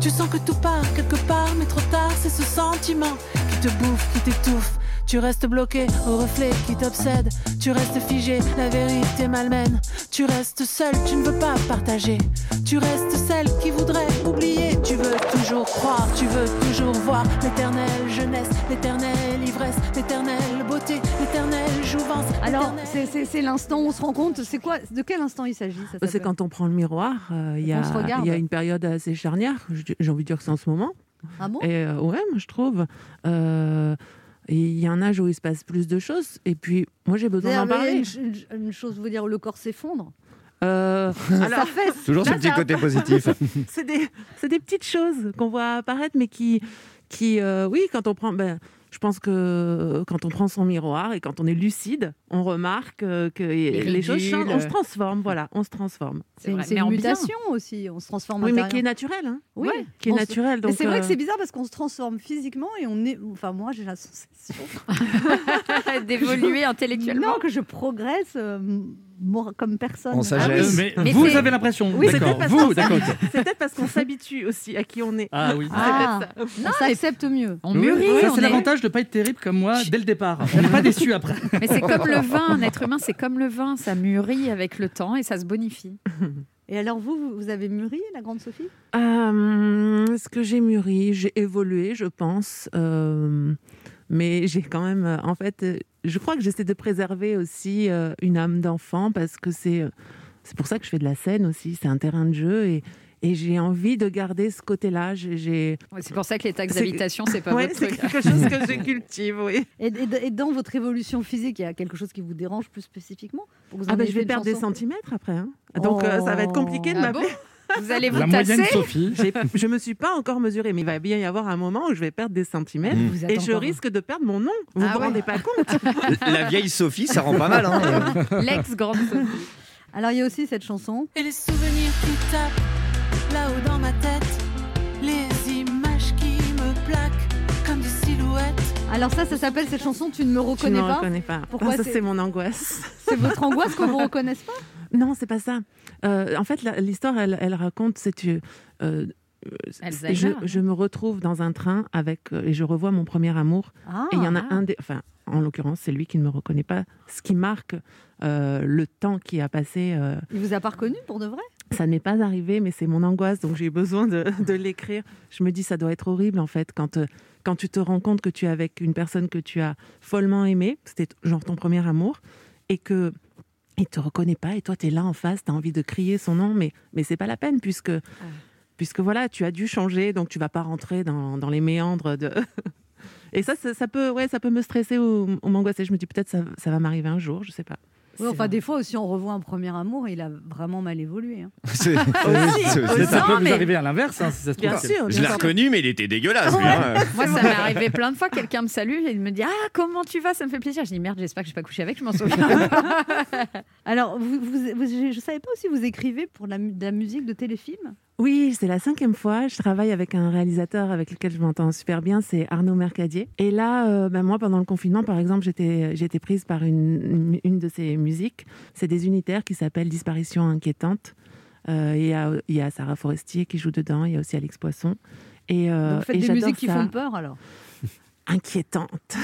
Speaker 9: Tu sens que tout part quelque part, mais trop tard, c'est ce sentiment qui te bouffe, qui t'étouffe. Tu restes bloqué au reflet qui t'obsède. Tu restes figé, la vérité malmène. Tu restes seul, tu ne veux pas partager. Tu restes celle qui voudrait oublier. Tu veux toujours croire, tu veux toujours voir l'éternelle jeunesse, l'éternelle ivresse, l'éternelle beauté, l'éternelle jouvence.
Speaker 3: Alors,
Speaker 9: l'éternelle-
Speaker 3: c'est- c'est c'est l'instant où on se rend compte. C'est quoi De quel instant il s'agit ça
Speaker 10: Euh, Bah, C'est
Speaker 3: s'appelle
Speaker 10: quand on prend le miroir, euh, il y,
Speaker 3: On se
Speaker 10: a-
Speaker 3: regarde.
Speaker 10: il y a une période assez charnière, je- j'ai envie de dire que c'est en ce moment.
Speaker 3: Ah bon
Speaker 10: Et euh, ouais, moi, je trouve. Euh, et Il y a un âge où il se passe plus de choses, et puis moi j'ai besoin d'en
Speaker 3: C'est-à-dire, mais
Speaker 10: parler.
Speaker 3: Une, une- une chose vous dire, le corps s'effondre.
Speaker 10: Euh, alors,
Speaker 3: Ça fesse.
Speaker 7: Toujours ce
Speaker 10: Là,
Speaker 7: petit
Speaker 10: t'as-
Speaker 7: côté positif.
Speaker 10: c'est des, c'est des petites choses qu'on voit apparaître, mais qui, qui euh, oui, quand on prend, ben, je pense que quand on prend son miroir et quand on est lucide, on remarque euh, que les choses
Speaker 6: régule.
Speaker 10: changent, on se transforme, voilà, on se transforme.
Speaker 3: C'est une,
Speaker 6: vrai,
Speaker 3: c'est
Speaker 6: mais
Speaker 3: une
Speaker 6: en bien.
Speaker 3: mutation aussi. On se transforme.
Speaker 10: Oui, mais qui est
Speaker 3: intérieurement.
Speaker 10: naturel, hein,
Speaker 3: Oui.
Speaker 10: ouais, qui est
Speaker 3: On se-
Speaker 10: naturel.
Speaker 3: Mais
Speaker 10: donc,
Speaker 3: c'est vrai
Speaker 10: euh,
Speaker 3: que c'est bizarre parce qu'on se transforme physiquement et on est. Enfin, moi, j'ai la sensation
Speaker 6: D'évoluer intellectuellement.
Speaker 3: non, que je progresse euh, mor- comme personne. Ah
Speaker 7: En
Speaker 8: Euh,
Speaker 7: sagesse.
Speaker 8: mais
Speaker 6: Mais
Speaker 8: vous
Speaker 6: c'est-
Speaker 8: avez l'impression.
Speaker 10: Oui, c'est
Speaker 8: d'accord.
Speaker 10: peut-être
Speaker 8: Vous,
Speaker 10: parce que-
Speaker 8: d'accord.
Speaker 10: c'est peut-être parce qu'on s'habitue aussi à qui on est.
Speaker 8: Ah oui.
Speaker 3: Ah, on s'accepte mieux.
Speaker 6: On mûrit.
Speaker 8: ça,
Speaker 6: on
Speaker 8: c'est
Speaker 6: est-
Speaker 8: l'avantage de ne pas être terrible comme moi dès le départ. On n'est pas déçu après.
Speaker 6: Mais c'est comme le vin. Un être humain, c'est comme le vin. Ça mûrit avec le temps et ça se bonifie.
Speaker 3: Et alors, vous, vous- vous avez mûri, la grande Sophie
Speaker 10: Euh, Est-ce que j'ai mûri J'ai évolué, je pense. Euh, mais j'ai quand même, euh, en fait, euh, je crois que j'essaie de préserver aussi euh, une âme d'enfant parce que c'est euh, c'est pour ça que je fais de la scène aussi. C'est un terrain de jeu et, et j'ai envie de garder ce côté-là. J'ai- J'ai
Speaker 6: Ouais, C'est pour ça que les taxes
Speaker 10: C'est-
Speaker 6: d'habitation, c'est pas
Speaker 10: ouais,
Speaker 6: votre
Speaker 10: c'est
Speaker 6: truc.
Speaker 10: quelque chose que je cultive, oui.
Speaker 3: et, et- et dans votre évolution physique, il y a quelque chose qui vous dérange plus spécifiquement Pour que vous en
Speaker 10: Ah ben,
Speaker 3: ayez
Speaker 10: je vais
Speaker 3: fait une
Speaker 10: perdre des
Speaker 3: chanson
Speaker 10: centimètres après. hein. Donc euh, ça va être compliqué de
Speaker 6: Ah
Speaker 10: m'appeler.
Speaker 6: bon Vous allez vous
Speaker 8: La moyenne
Speaker 6: tasser
Speaker 8: Sophie.
Speaker 10: J'ai- je me suis pas encore mesurée, mais il va bien y avoir un moment où je vais perdre des centimètres.
Speaker 7: Mmh.
Speaker 3: Vous êtes
Speaker 10: Et je
Speaker 3: encore-
Speaker 10: risque de perdre mon nom. Vous
Speaker 6: Ah
Speaker 10: vous
Speaker 6: ouais.
Speaker 10: rendez pas compte
Speaker 7: La vieille Sophie, ça rend pas mal. Hein.
Speaker 6: L'ex-grande Sophie.
Speaker 3: Alors, il y a aussi cette chanson.
Speaker 9: Et les souvenirs qui tapent là-haut dans ma tête. Les images qui me plaquent comme des silhouettes.
Speaker 3: Alors, ça, ça s'appelle cette chanson Tu ne me
Speaker 10: Je
Speaker 3: reconnais
Speaker 10: ne
Speaker 3: pas.
Speaker 10: reconnais pas.
Speaker 3: Pourquoi
Speaker 10: Ah, ça,
Speaker 3: c'est-
Speaker 10: c'est mon angoisse.
Speaker 3: C'est votre angoisse qu'on vous reconnaisse pas
Speaker 10: Non, c'est pas ça. Euh, en fait, la- l'histoire, elle, elle raconte, c'est que, euh,
Speaker 6: Alzheimer.
Speaker 10: je, je me retrouve dans un train avec euh, et je revois mon premier amour.
Speaker 3: Ah,
Speaker 10: et il y en a un, des, enfin, en l'occurrence, c'est lui qui ne me reconnaît pas, ce qui marque euh, le temps qui a passé. euh,
Speaker 3: Il vous a pas reconnu pour de vrai
Speaker 10: ça n'est pas arrivé, mais c'est mon angoisse, donc j'ai eu besoin de, de l'écrire. Je me dis, ça doit être horrible en fait, quand, euh, quand tu te rends compte que tu es avec une personne que tu as follement aimée, c'était genre ton premier amour, et que il te reconnaît pas, et toi tu es là en face, tu as envie de crier son nom, mais, mais c'est pas la peine, puisque, puisque voilà, tu as dû changer, donc tu vas pas rentrer dans, dans les méandres de. Et ça, ça, ça peut, ouais, ça peut me stresser ou, ou m'angoisser. Je me dis peut-être ça, ça va m'arriver un jour, je sais pas.
Speaker 3: Oui,
Speaker 10: C'est
Speaker 3: enfin,
Speaker 10: vrai.
Speaker 3: des fois aussi, on revoit un premier amour, il a vraiment mal évolué. hein.
Speaker 7: C'est- c'est-
Speaker 8: Ça, ça
Speaker 6: Non,
Speaker 8: peut vous
Speaker 6: mais-
Speaker 8: arriver à l'inverse, hein, si ça se trouve.
Speaker 10: Bien sûr.
Speaker 7: Je l'ai reconnu, mais il était dégueulasse.
Speaker 6: Ah,
Speaker 7: lui, hein.
Speaker 6: Moi, ça m'est arrivé plein de fois. Quelqu'un me salue et il me dit Ah, comment tu vas Ça me fait plaisir. Je dis Merde, j'espère que je n'ai pas couché avec, je m'en souviens.
Speaker 3: Alors, vous, vous- vous- je ne savais pas aussi, vous écrivez pour la mu- de la musique de téléfilm
Speaker 10: Oui, c'est la cinquième fois. Je travaille avec un réalisateur avec lequel je m'entends super bien, c'est Arnaud Mercadier. Et là, euh, ben moi, pendant le confinement, par exemple, j'étais j'ai été prise par une, une de ses musiques. C'est des unitaires qui s'appellent Disparition inquiétante. Euh, Il y, a, il y a Sarah Forestier qui joue dedans, il y a aussi Alex Poisson. Et, euh,
Speaker 3: Donc, vous faites
Speaker 10: et
Speaker 3: des
Speaker 10: j'adore
Speaker 3: musiques qui
Speaker 10: ça.
Speaker 3: font peur alors
Speaker 10: Inquiétante.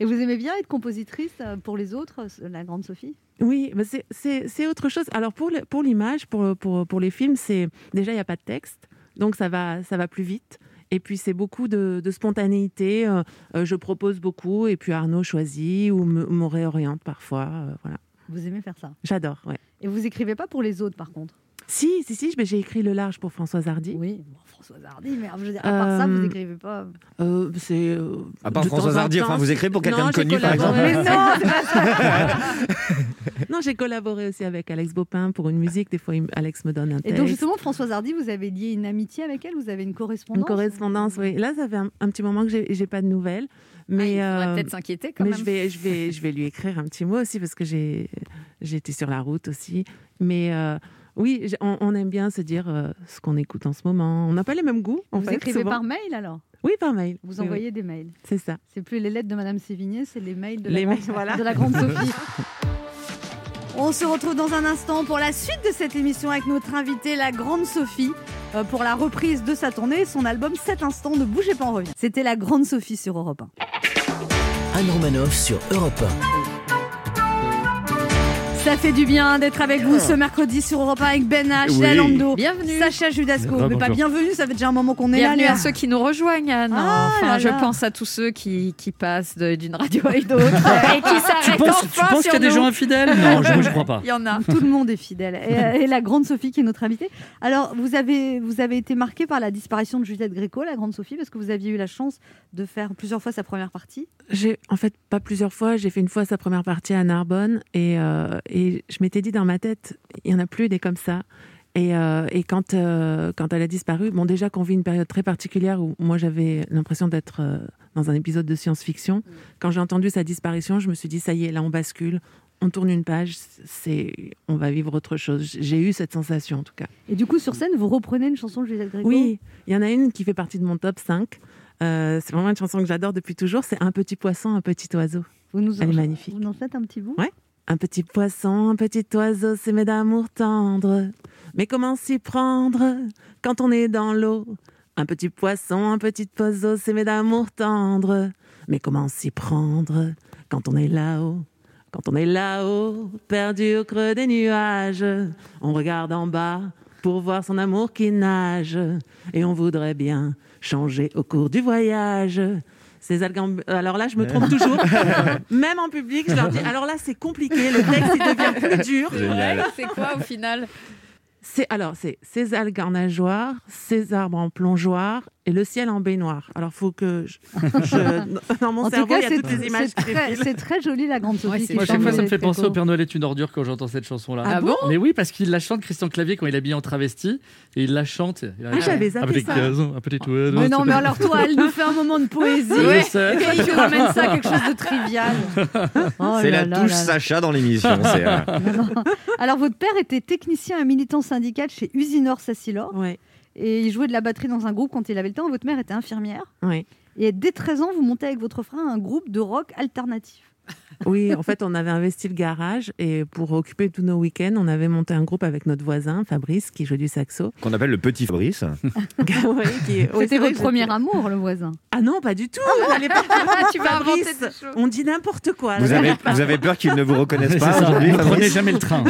Speaker 3: Et vous aimez bien être compositrice euh, pour les autres, euh, la grande Sophie
Speaker 10: Oui, ben c'est- c'est c'est autre chose. Alors pour le- pour l'image, pour, pour, pour les films, c'est déjà il n'y a pas de texte, donc ça va ça va plus vite. Et puis c'est beaucoup de, de spontanéité. euh, euh, je propose beaucoup et puis Arnaud choisit ou me, me réoriente parfois. euh, voilà,
Speaker 3: Vous aimez faire ça.
Speaker 10: j'adore. Ouais.
Speaker 3: Et vous écrivez pas pour les autres, par contre
Speaker 10: Si, si, si, mais j'ai écrit Le Large pour Françoise Hardy.
Speaker 3: Oui, Françoise Hardy, merde, je veux dire, à part ça, vous n'écrivez pas.
Speaker 10: Euh, c'est. euh,
Speaker 7: À part
Speaker 10: de
Speaker 7: Françoise
Speaker 10: temps en
Speaker 7: Hardy, enfin,
Speaker 10: temps,
Speaker 7: vous écrivez pour quelqu'un
Speaker 10: Non,
Speaker 7: de connu,
Speaker 10: j'ai
Speaker 7: par exemple
Speaker 10: collaboré-
Speaker 7: Mais non, c'est
Speaker 10: non, j'ai collaboré aussi avec Alex Bopin pour une musique. Des fois, il- Alex me donne un
Speaker 3: Et
Speaker 10: texte.
Speaker 3: donc justement, Françoise Hardy, vous avez lié une amitié avec elle, vous avez une correspondance
Speaker 10: Une correspondance, oui. Là, ça fait un, un petit moment que j'ai j'ai pas de nouvelles.
Speaker 3: Ah,
Speaker 10: Mais
Speaker 6: faudrait
Speaker 10: euh,
Speaker 6: peut-être s'inquiéter quand
Speaker 10: mais
Speaker 6: même.
Speaker 10: Je vais, je, vais, je vais lui écrire un petit mot aussi parce que j'ai j'étais sur la route aussi. Mais euh, oui, j- on, on aime bien se dire euh, ce qu'on écoute en ce moment. On n'a pas les mêmes goûts. En
Speaker 3: Vous
Speaker 10: fait,
Speaker 3: écrivez
Speaker 10: souvent.
Speaker 3: par mail alors
Speaker 10: Oui, par mail.
Speaker 3: Vous
Speaker 10: Oui,
Speaker 3: envoyez
Speaker 10: oui.
Speaker 3: des mails.
Speaker 10: C'est ça.
Speaker 3: C'est plus les lettres de Madame Sévigné, c'est les mails de la,
Speaker 10: Les
Speaker 3: grande,
Speaker 10: mails, voilà.
Speaker 3: de la grande Sophie. On se retrouve dans un instant pour la suite de cette émission avec notre invitée, la grande Sophie, euh, pour la reprise de sa tournée. Son album 7 instants, ne bougez pas, on revient. C'était la grande Sophie sur Europe 1.
Speaker 2: Anne Romanoff sur Europe
Speaker 10: Euh,
Speaker 3: Ça fait du bien d'être avec vous ce mercredi sur Europe 1 avec Ben H,
Speaker 2: Oui.
Speaker 3: Lalando,
Speaker 6: Bienvenue.
Speaker 3: Sacha Judasco.
Speaker 6: Ah,
Speaker 3: Mais pas
Speaker 6: bonjour.
Speaker 3: bienvenue, ça fait déjà un moment qu'on est
Speaker 6: Bienvenue
Speaker 3: là.
Speaker 6: à ceux qui nous rejoignent, Anne.
Speaker 3: Ah
Speaker 6: Enfin,
Speaker 3: là
Speaker 6: je
Speaker 3: là.
Speaker 6: pense à tous ceux qui, qui passent de- d'une radio à une autre et qui
Speaker 8: Tu
Speaker 6: s'arrêtent
Speaker 8: penses,
Speaker 6: enfin
Speaker 8: tu penses qu'il y a
Speaker 6: sur
Speaker 8: des
Speaker 6: nous.
Speaker 8: gens infidèles Non, je- moi, je crois pas.
Speaker 6: Il y en a.
Speaker 3: Tout le monde est fidèle. Et, et la grande Sophie qui est notre invitée. Alors, vous avez, vous avez été marquée par la disparition de Juliette Gréco, la grande Sophie, parce que vous aviez eu la chance de faire plusieurs fois sa première partie.
Speaker 10: J'ai en fait pas plusieurs fois. J'ai fait une fois sa première partie à Narbonne et, euh, et je m'étais dit dans ma tête, il y en a plus des comme ça. Et, euh, et quand euh, quand elle a disparu, bon déjà qu'on vit une période très particulière où moi j'avais l'impression d'être euh, dans un épisode de science-fiction. Quand j'ai entendu sa disparition, je me suis dit ça y est, là on bascule, on tourne une page, c'est on va vivre autre chose. J'ai eu cette sensation en tout cas.
Speaker 3: Et du coup, sur scène, vous reprenez une chanson de Juliette Gréco
Speaker 10: Oui, il y en a une qui fait partie de mon top 5. Euh, c'est vraiment une chanson que j'adore depuis toujours. C'est Un petit poisson, un petit oiseau.
Speaker 3: Vous nous
Speaker 10: Elle
Speaker 3: en-
Speaker 10: est magnifique.
Speaker 3: Vous en faites un petit bout
Speaker 10: Ouais. Un petit poisson, un petit oiseau, c'est mes d'amour tendre. Mais comment s'y prendre quand on est dans l'eau Un petit poisson, un petit oiseau, c'est mes d'amour tendre. Mais comment s'y prendre quand on est là-haut Quand on est là-haut, perdu au creux des nuages, on regarde en bas pour voir son amour qui nage. Et on voudrait bien changer au cours du voyage. Ces algues en- Alors là, je me trompe toujours. Même en public, je leur dis alors là, c'est compliqué, le texte il devient plus dur.
Speaker 6: Ouais, C'est quoi au final
Speaker 10: C'est alors c'est ces algues en nageoire, ces arbres en plongeoir et le ciel en baignoire. Alors faut que je, je- dans mon
Speaker 3: En tout
Speaker 10: cerveau
Speaker 3: cas,
Speaker 10: il y a
Speaker 3: c'est
Speaker 10: toutes les images
Speaker 3: c'est
Speaker 10: qui
Speaker 3: très,
Speaker 10: défilent.
Speaker 3: c'est très joli, la grande Sophie. qui
Speaker 8: Moi, à chaque
Speaker 3: chante
Speaker 8: fois, ça me fait
Speaker 3: Juliette
Speaker 8: penser au
Speaker 3: Gréco.
Speaker 8: Père Noël est une ordure quand j'entends cette chanson-là.
Speaker 10: Ah Ah bon
Speaker 8: Mais oui, parce qu'il la chante, Christian Clavier, quand il est habillé en travesti, et il la chante. Il
Speaker 3: Ah,
Speaker 8: arrive-
Speaker 10: j'avais zappé
Speaker 8: Un petit
Speaker 10: ça.
Speaker 8: gazon, un petit oiseau,
Speaker 3: Mais non,
Speaker 8: c'est
Speaker 3: mais
Speaker 8: pas-
Speaker 3: alors toi, elle nous fait un moment de poésie.
Speaker 8: Je
Speaker 3: Ouais.
Speaker 8: sais.
Speaker 3: Et elle nous ramène ça à quelque chose de trivial. Oh
Speaker 7: la
Speaker 3: là là
Speaker 7: touche
Speaker 3: là là.
Speaker 7: Sacha dans l'émission. c'est, euh,
Speaker 3: Alors, votre père était technicien et militant syndical chez Usinor Sassilor.
Speaker 10: Ouais,
Speaker 3: Et il jouait de la batterie dans un groupe quand il avait le temps. Votre mère était infirmière.
Speaker 10: ouais.
Speaker 3: Et dès 13 ans, vous montez avec votre frère un groupe de rock alternatif.
Speaker 10: Oui, en fait, on avait investi le garage et pour occuper tous nos week-ends, on avait monté un groupe avec notre voisin Fabrice qui joue du saxo.
Speaker 7: Qu'on appelle le petit Fabrice.
Speaker 3: Ah,
Speaker 10: Ouais, qui- ouais, c'est
Speaker 3: C'était
Speaker 10: vrai
Speaker 3: votre
Speaker 10: que-
Speaker 3: premier amour, le voisin.
Speaker 10: Ah non, pas du tout. à l'époque,
Speaker 3: ah,
Speaker 6: Tu vas inventer
Speaker 10: Fabrice,
Speaker 6: des choses.
Speaker 10: on dit n'importe quoi.
Speaker 7: Vous avez, vous avez peur qu'il ne vous reconnaisse
Speaker 8: C'est
Speaker 7: pas
Speaker 8: ça,
Speaker 7: aujourd'hui,
Speaker 8: ne
Speaker 7: Fabrice
Speaker 8: prenez jamais le train.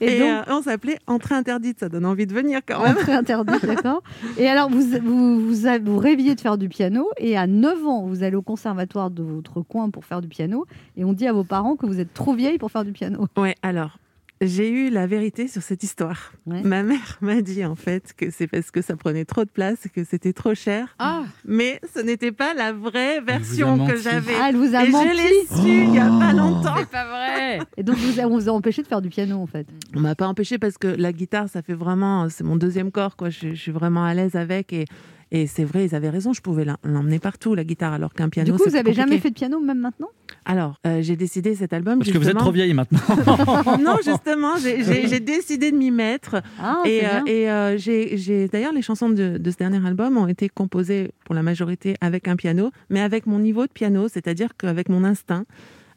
Speaker 3: Et,
Speaker 10: Et,
Speaker 3: donc,
Speaker 10: euh, on s'appelait Entrée interdite, ça donne envie de venir quand même.
Speaker 3: entrée interdite, d'accord Et alors, vous, vous, vous, avez- vous rêviez de faire du piano. Et à 9 ans, vous allez au conservatoire de votre coin pour faire du piano. Et on dit à vos parents que vous êtes trop vieille pour faire du piano.
Speaker 10: Ouais, alors, j'ai eu la vérité sur cette histoire.
Speaker 3: Ouais.
Speaker 10: Ma mère m'a dit en fait que c'est parce que ça prenait trop de place, que c'était trop cher,
Speaker 6: Ah,
Speaker 10: mais ce n'était pas la vraie version
Speaker 8: menti.
Speaker 10: que j'avais.
Speaker 3: Ah, elle vous a
Speaker 10: Et
Speaker 3: menti.
Speaker 10: je l'ai su il n'y a pas longtemps.
Speaker 6: c'est pas vrai.
Speaker 3: Et donc, vous, on vous a empêché de faire du piano, en fait.
Speaker 10: On m'a pas empêché parce que la guitare, ça fait vraiment, c'est mon deuxième corps, quoi. Je, je suis vraiment à l'aise avec et, et c'est vrai, ils avaient raison, je pouvais l'em- l'emmener partout, la guitare, alors qu'un piano.
Speaker 3: du coup,
Speaker 10: c'est
Speaker 3: vous avez
Speaker 10: plus
Speaker 3: jamais
Speaker 10: compliqué.
Speaker 3: fait de piano, même maintenant
Speaker 10: Alors, euh, j'ai décidé cet album.
Speaker 8: Parce que vous êtes
Speaker 10: justement-
Speaker 8: trop vieille maintenant.
Speaker 10: Non, justement, j'ai- j'ai j'ai décidé de m'y mettre.
Speaker 3: Ah,
Speaker 10: Et,
Speaker 3: c'est
Speaker 10: euh,
Speaker 3: bien.
Speaker 10: et, euh, j'ai, j'ai- d'ailleurs, les chansons de, de ce dernier album ont été composées pour la majorité avec un piano, mais avec mon niveau de piano, c'est-à-dire qu'avec mon instinct,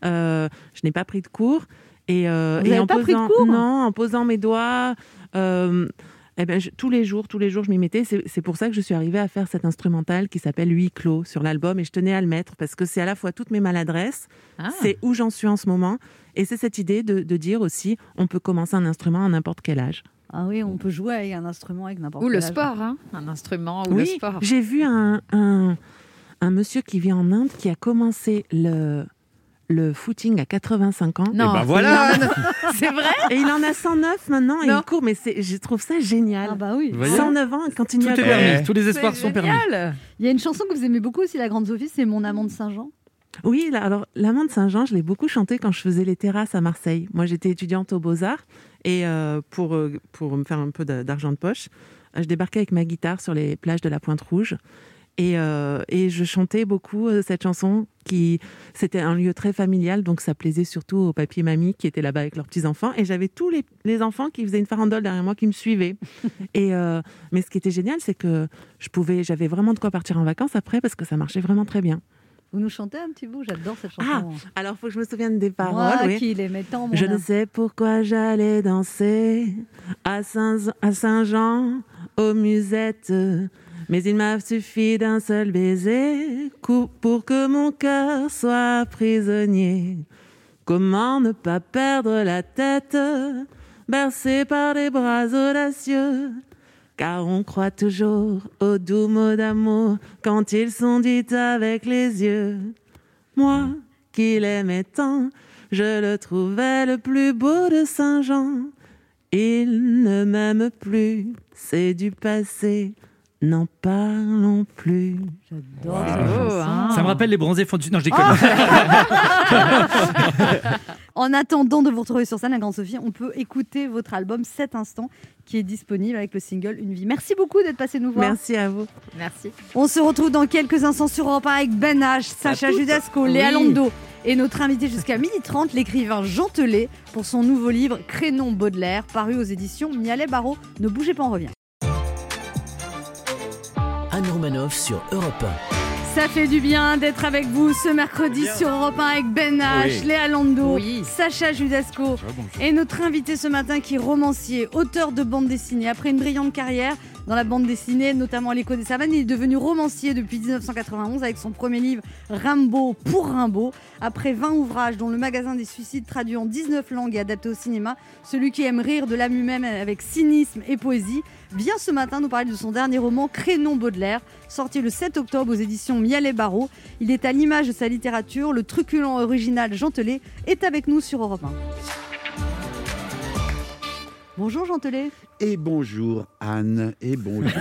Speaker 10: Euh, je n'ai pas pris de cours. Et, euh,
Speaker 3: Vous
Speaker 10: et
Speaker 3: avez
Speaker 10: en
Speaker 3: pas pris de
Speaker 10: posant-
Speaker 3: cours
Speaker 10: Non, en posant mes doigts. euh, eh ben, je- tous les jours, tous les jours, je m'y mettais. C'est, c'est pour ça que je suis arrivée à faire cet instrumental qui s'appelle Huis clos sur l'album, et je tenais à le mettre parce que c'est à la fois toutes mes maladresses,
Speaker 6: Ah.
Speaker 10: c'est où j'en suis en ce moment, et c'est cette idée de, de dire aussi, on peut commencer un instrument à n'importe quel âge.
Speaker 3: Ah oui, on peut jouer avec un instrument, avec n'importe
Speaker 6: Ou
Speaker 3: quel
Speaker 6: le
Speaker 3: âge.
Speaker 6: sport, hein. un instrument ou le
Speaker 10: Oui,
Speaker 6: sport.
Speaker 10: j'ai vu un, un, un monsieur qui vit en Inde qui a commencé le, le footing à 85 ans.
Speaker 6: Non.
Speaker 4: Eh ben voilà,
Speaker 10: Et il en a-
Speaker 6: C'est vrai
Speaker 10: Et il en a 109 maintenant et
Speaker 6: Non.
Speaker 10: il court, mais c'est- je trouve ça génial.
Speaker 3: Ah bah oui.
Speaker 8: Vous voyez
Speaker 10: 109 ans, quand il
Speaker 8: Tout
Speaker 10: n'y
Speaker 8: est
Speaker 10: a
Speaker 8: permis, tous les espoirs
Speaker 6: Eh. C'est
Speaker 8: sont permis.
Speaker 6: génial.
Speaker 3: Il y a une chanson que vous aimez beaucoup aussi, la grande Sophie, c'est Mon amant de Saint-Jean.
Speaker 10: Oui, là, alors l'amant de Saint-Jean, je l'ai beaucoup chanté quand je faisais les terrasses à Marseille. Moi, j'étais étudiante aux Beaux-Arts et euh, pour, euh, pour me faire un peu de- d'argent de poche, euh, je débarquais avec ma guitare sur les plages de la Pointe Rouge et, euh, et je chantais beaucoup euh, cette chanson qui c'était un lieu très familial donc ça plaisait surtout aux papis et mamies qui étaient là-bas avec leurs petits-enfants et j'avais tous les, les enfants qui faisaient une farandole derrière moi qui me suivaient. et euh, mais ce qui était génial, c'est que je pouvais j'avais vraiment de quoi partir en vacances après parce que ça marchait vraiment très bien.
Speaker 3: Vous nous chantez un petit bout, j'adore cette
Speaker 10: Ah,
Speaker 3: chanson.
Speaker 10: alors, faut que je me souvienne des paroles.
Speaker 3: Moi
Speaker 10: Ah, oui.
Speaker 3: qui l'aimais tant, mon
Speaker 10: Je ne
Speaker 3: amant.
Speaker 10: sais pourquoi j'allais danser à Saint- à Saint-Jean, aux musettes. Mais il m'a suffi d'un seul baiser cou- pour que mon cœur soit prisonnier. Comment ne pas perdre la tête, bercé par les bras audacieux Car on croit toujours aux doux mots d'amour quand ils sont dits avec les yeux. Moi qui l'aimais tant, je le trouvais le plus beau de Saint-Jean. Il ne m'aime plus, c'est du passé, n'en parlons plus.
Speaker 3: J'adore cette chanson.
Speaker 8: Ça me rappelle les bronzés fondus. Non, je déconne.
Speaker 3: En attendant de vous retrouver sur scène, la grande Sophie, on peut écouter votre album Cet instant qui est disponible avec le single Une vie. Merci beaucoup d'être passé nous voir.
Speaker 10: Merci à vous.
Speaker 6: Merci.
Speaker 3: On se retrouve dans quelques instants sur Europe 1 avec Ben H, Sacha Judasco, Léa
Speaker 6: Oui.
Speaker 3: Lando et notre invité jusqu'à 12h30, l'écrivain Jean Telet, pour son nouveau livre Crénon Baudelaire, paru aux éditions Mialet Barreau. Ne bougez pas, on revient.
Speaker 2: Anne Romanoff sur Europe
Speaker 3: Ça fait du bien d'être avec vous ce mercredi sur Europe 1 avec Ben H, Léa Lando,
Speaker 6: Oui.
Speaker 3: Sacha Judasco et notre invité ce matin qui est romancier, auteur de bande dessinée. Après une brillante carrière dans la bande dessinée, notamment L'écho des savanes, il est devenu romancier depuis 1991 avec son premier livre Rimbaud pour Rimbaud. Après 20 ouvrages dont Le magasin des suicides traduit en 19 langues et adapté au cinéma, celui qui aime rire de l'âme humaine avec cynisme et poésie vient ce matin nous parler de son dernier roman Crénon Baudelaire, sorti le 7 octobre aux éditions Miel et Barreau. Il est à l'image de sa littérature, le truculent original Jean Telet est avec nous sur Europe 1. Bonjour Jean Telet.
Speaker 11: Et bonjour Anne, et Euh, bonjour.
Speaker 3: Et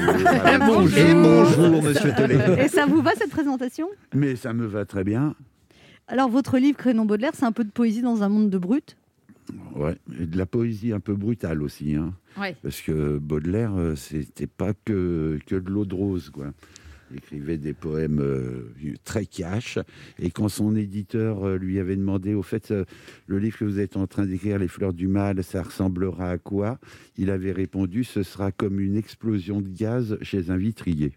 Speaker 3: Euh, bonjour.
Speaker 11: Et bonjour Monsieur Tellet.
Speaker 3: Et ça vous va cette présentation
Speaker 11: Mais ça me va très bien.
Speaker 3: Alors votre livre Crénon Baudelaire, c'est un peu de poésie dans un monde de brutes.
Speaker 11: Ouais. Et de la poésie un peu brutale aussi, hein.
Speaker 6: Ouais.
Speaker 11: parce que Baudelaire, euh, c'était pas que, que de l'eau de rose. Quoi. Il écrivait des poèmes euh, très cash, et quand son éditeur euh, lui avait demandé, au fait, euh, le livre que vous êtes en train d'écrire, Les fleurs du mal, ça ressemblera à quoi Il avait répondu, ce sera comme une explosion de gaz chez un vitrier.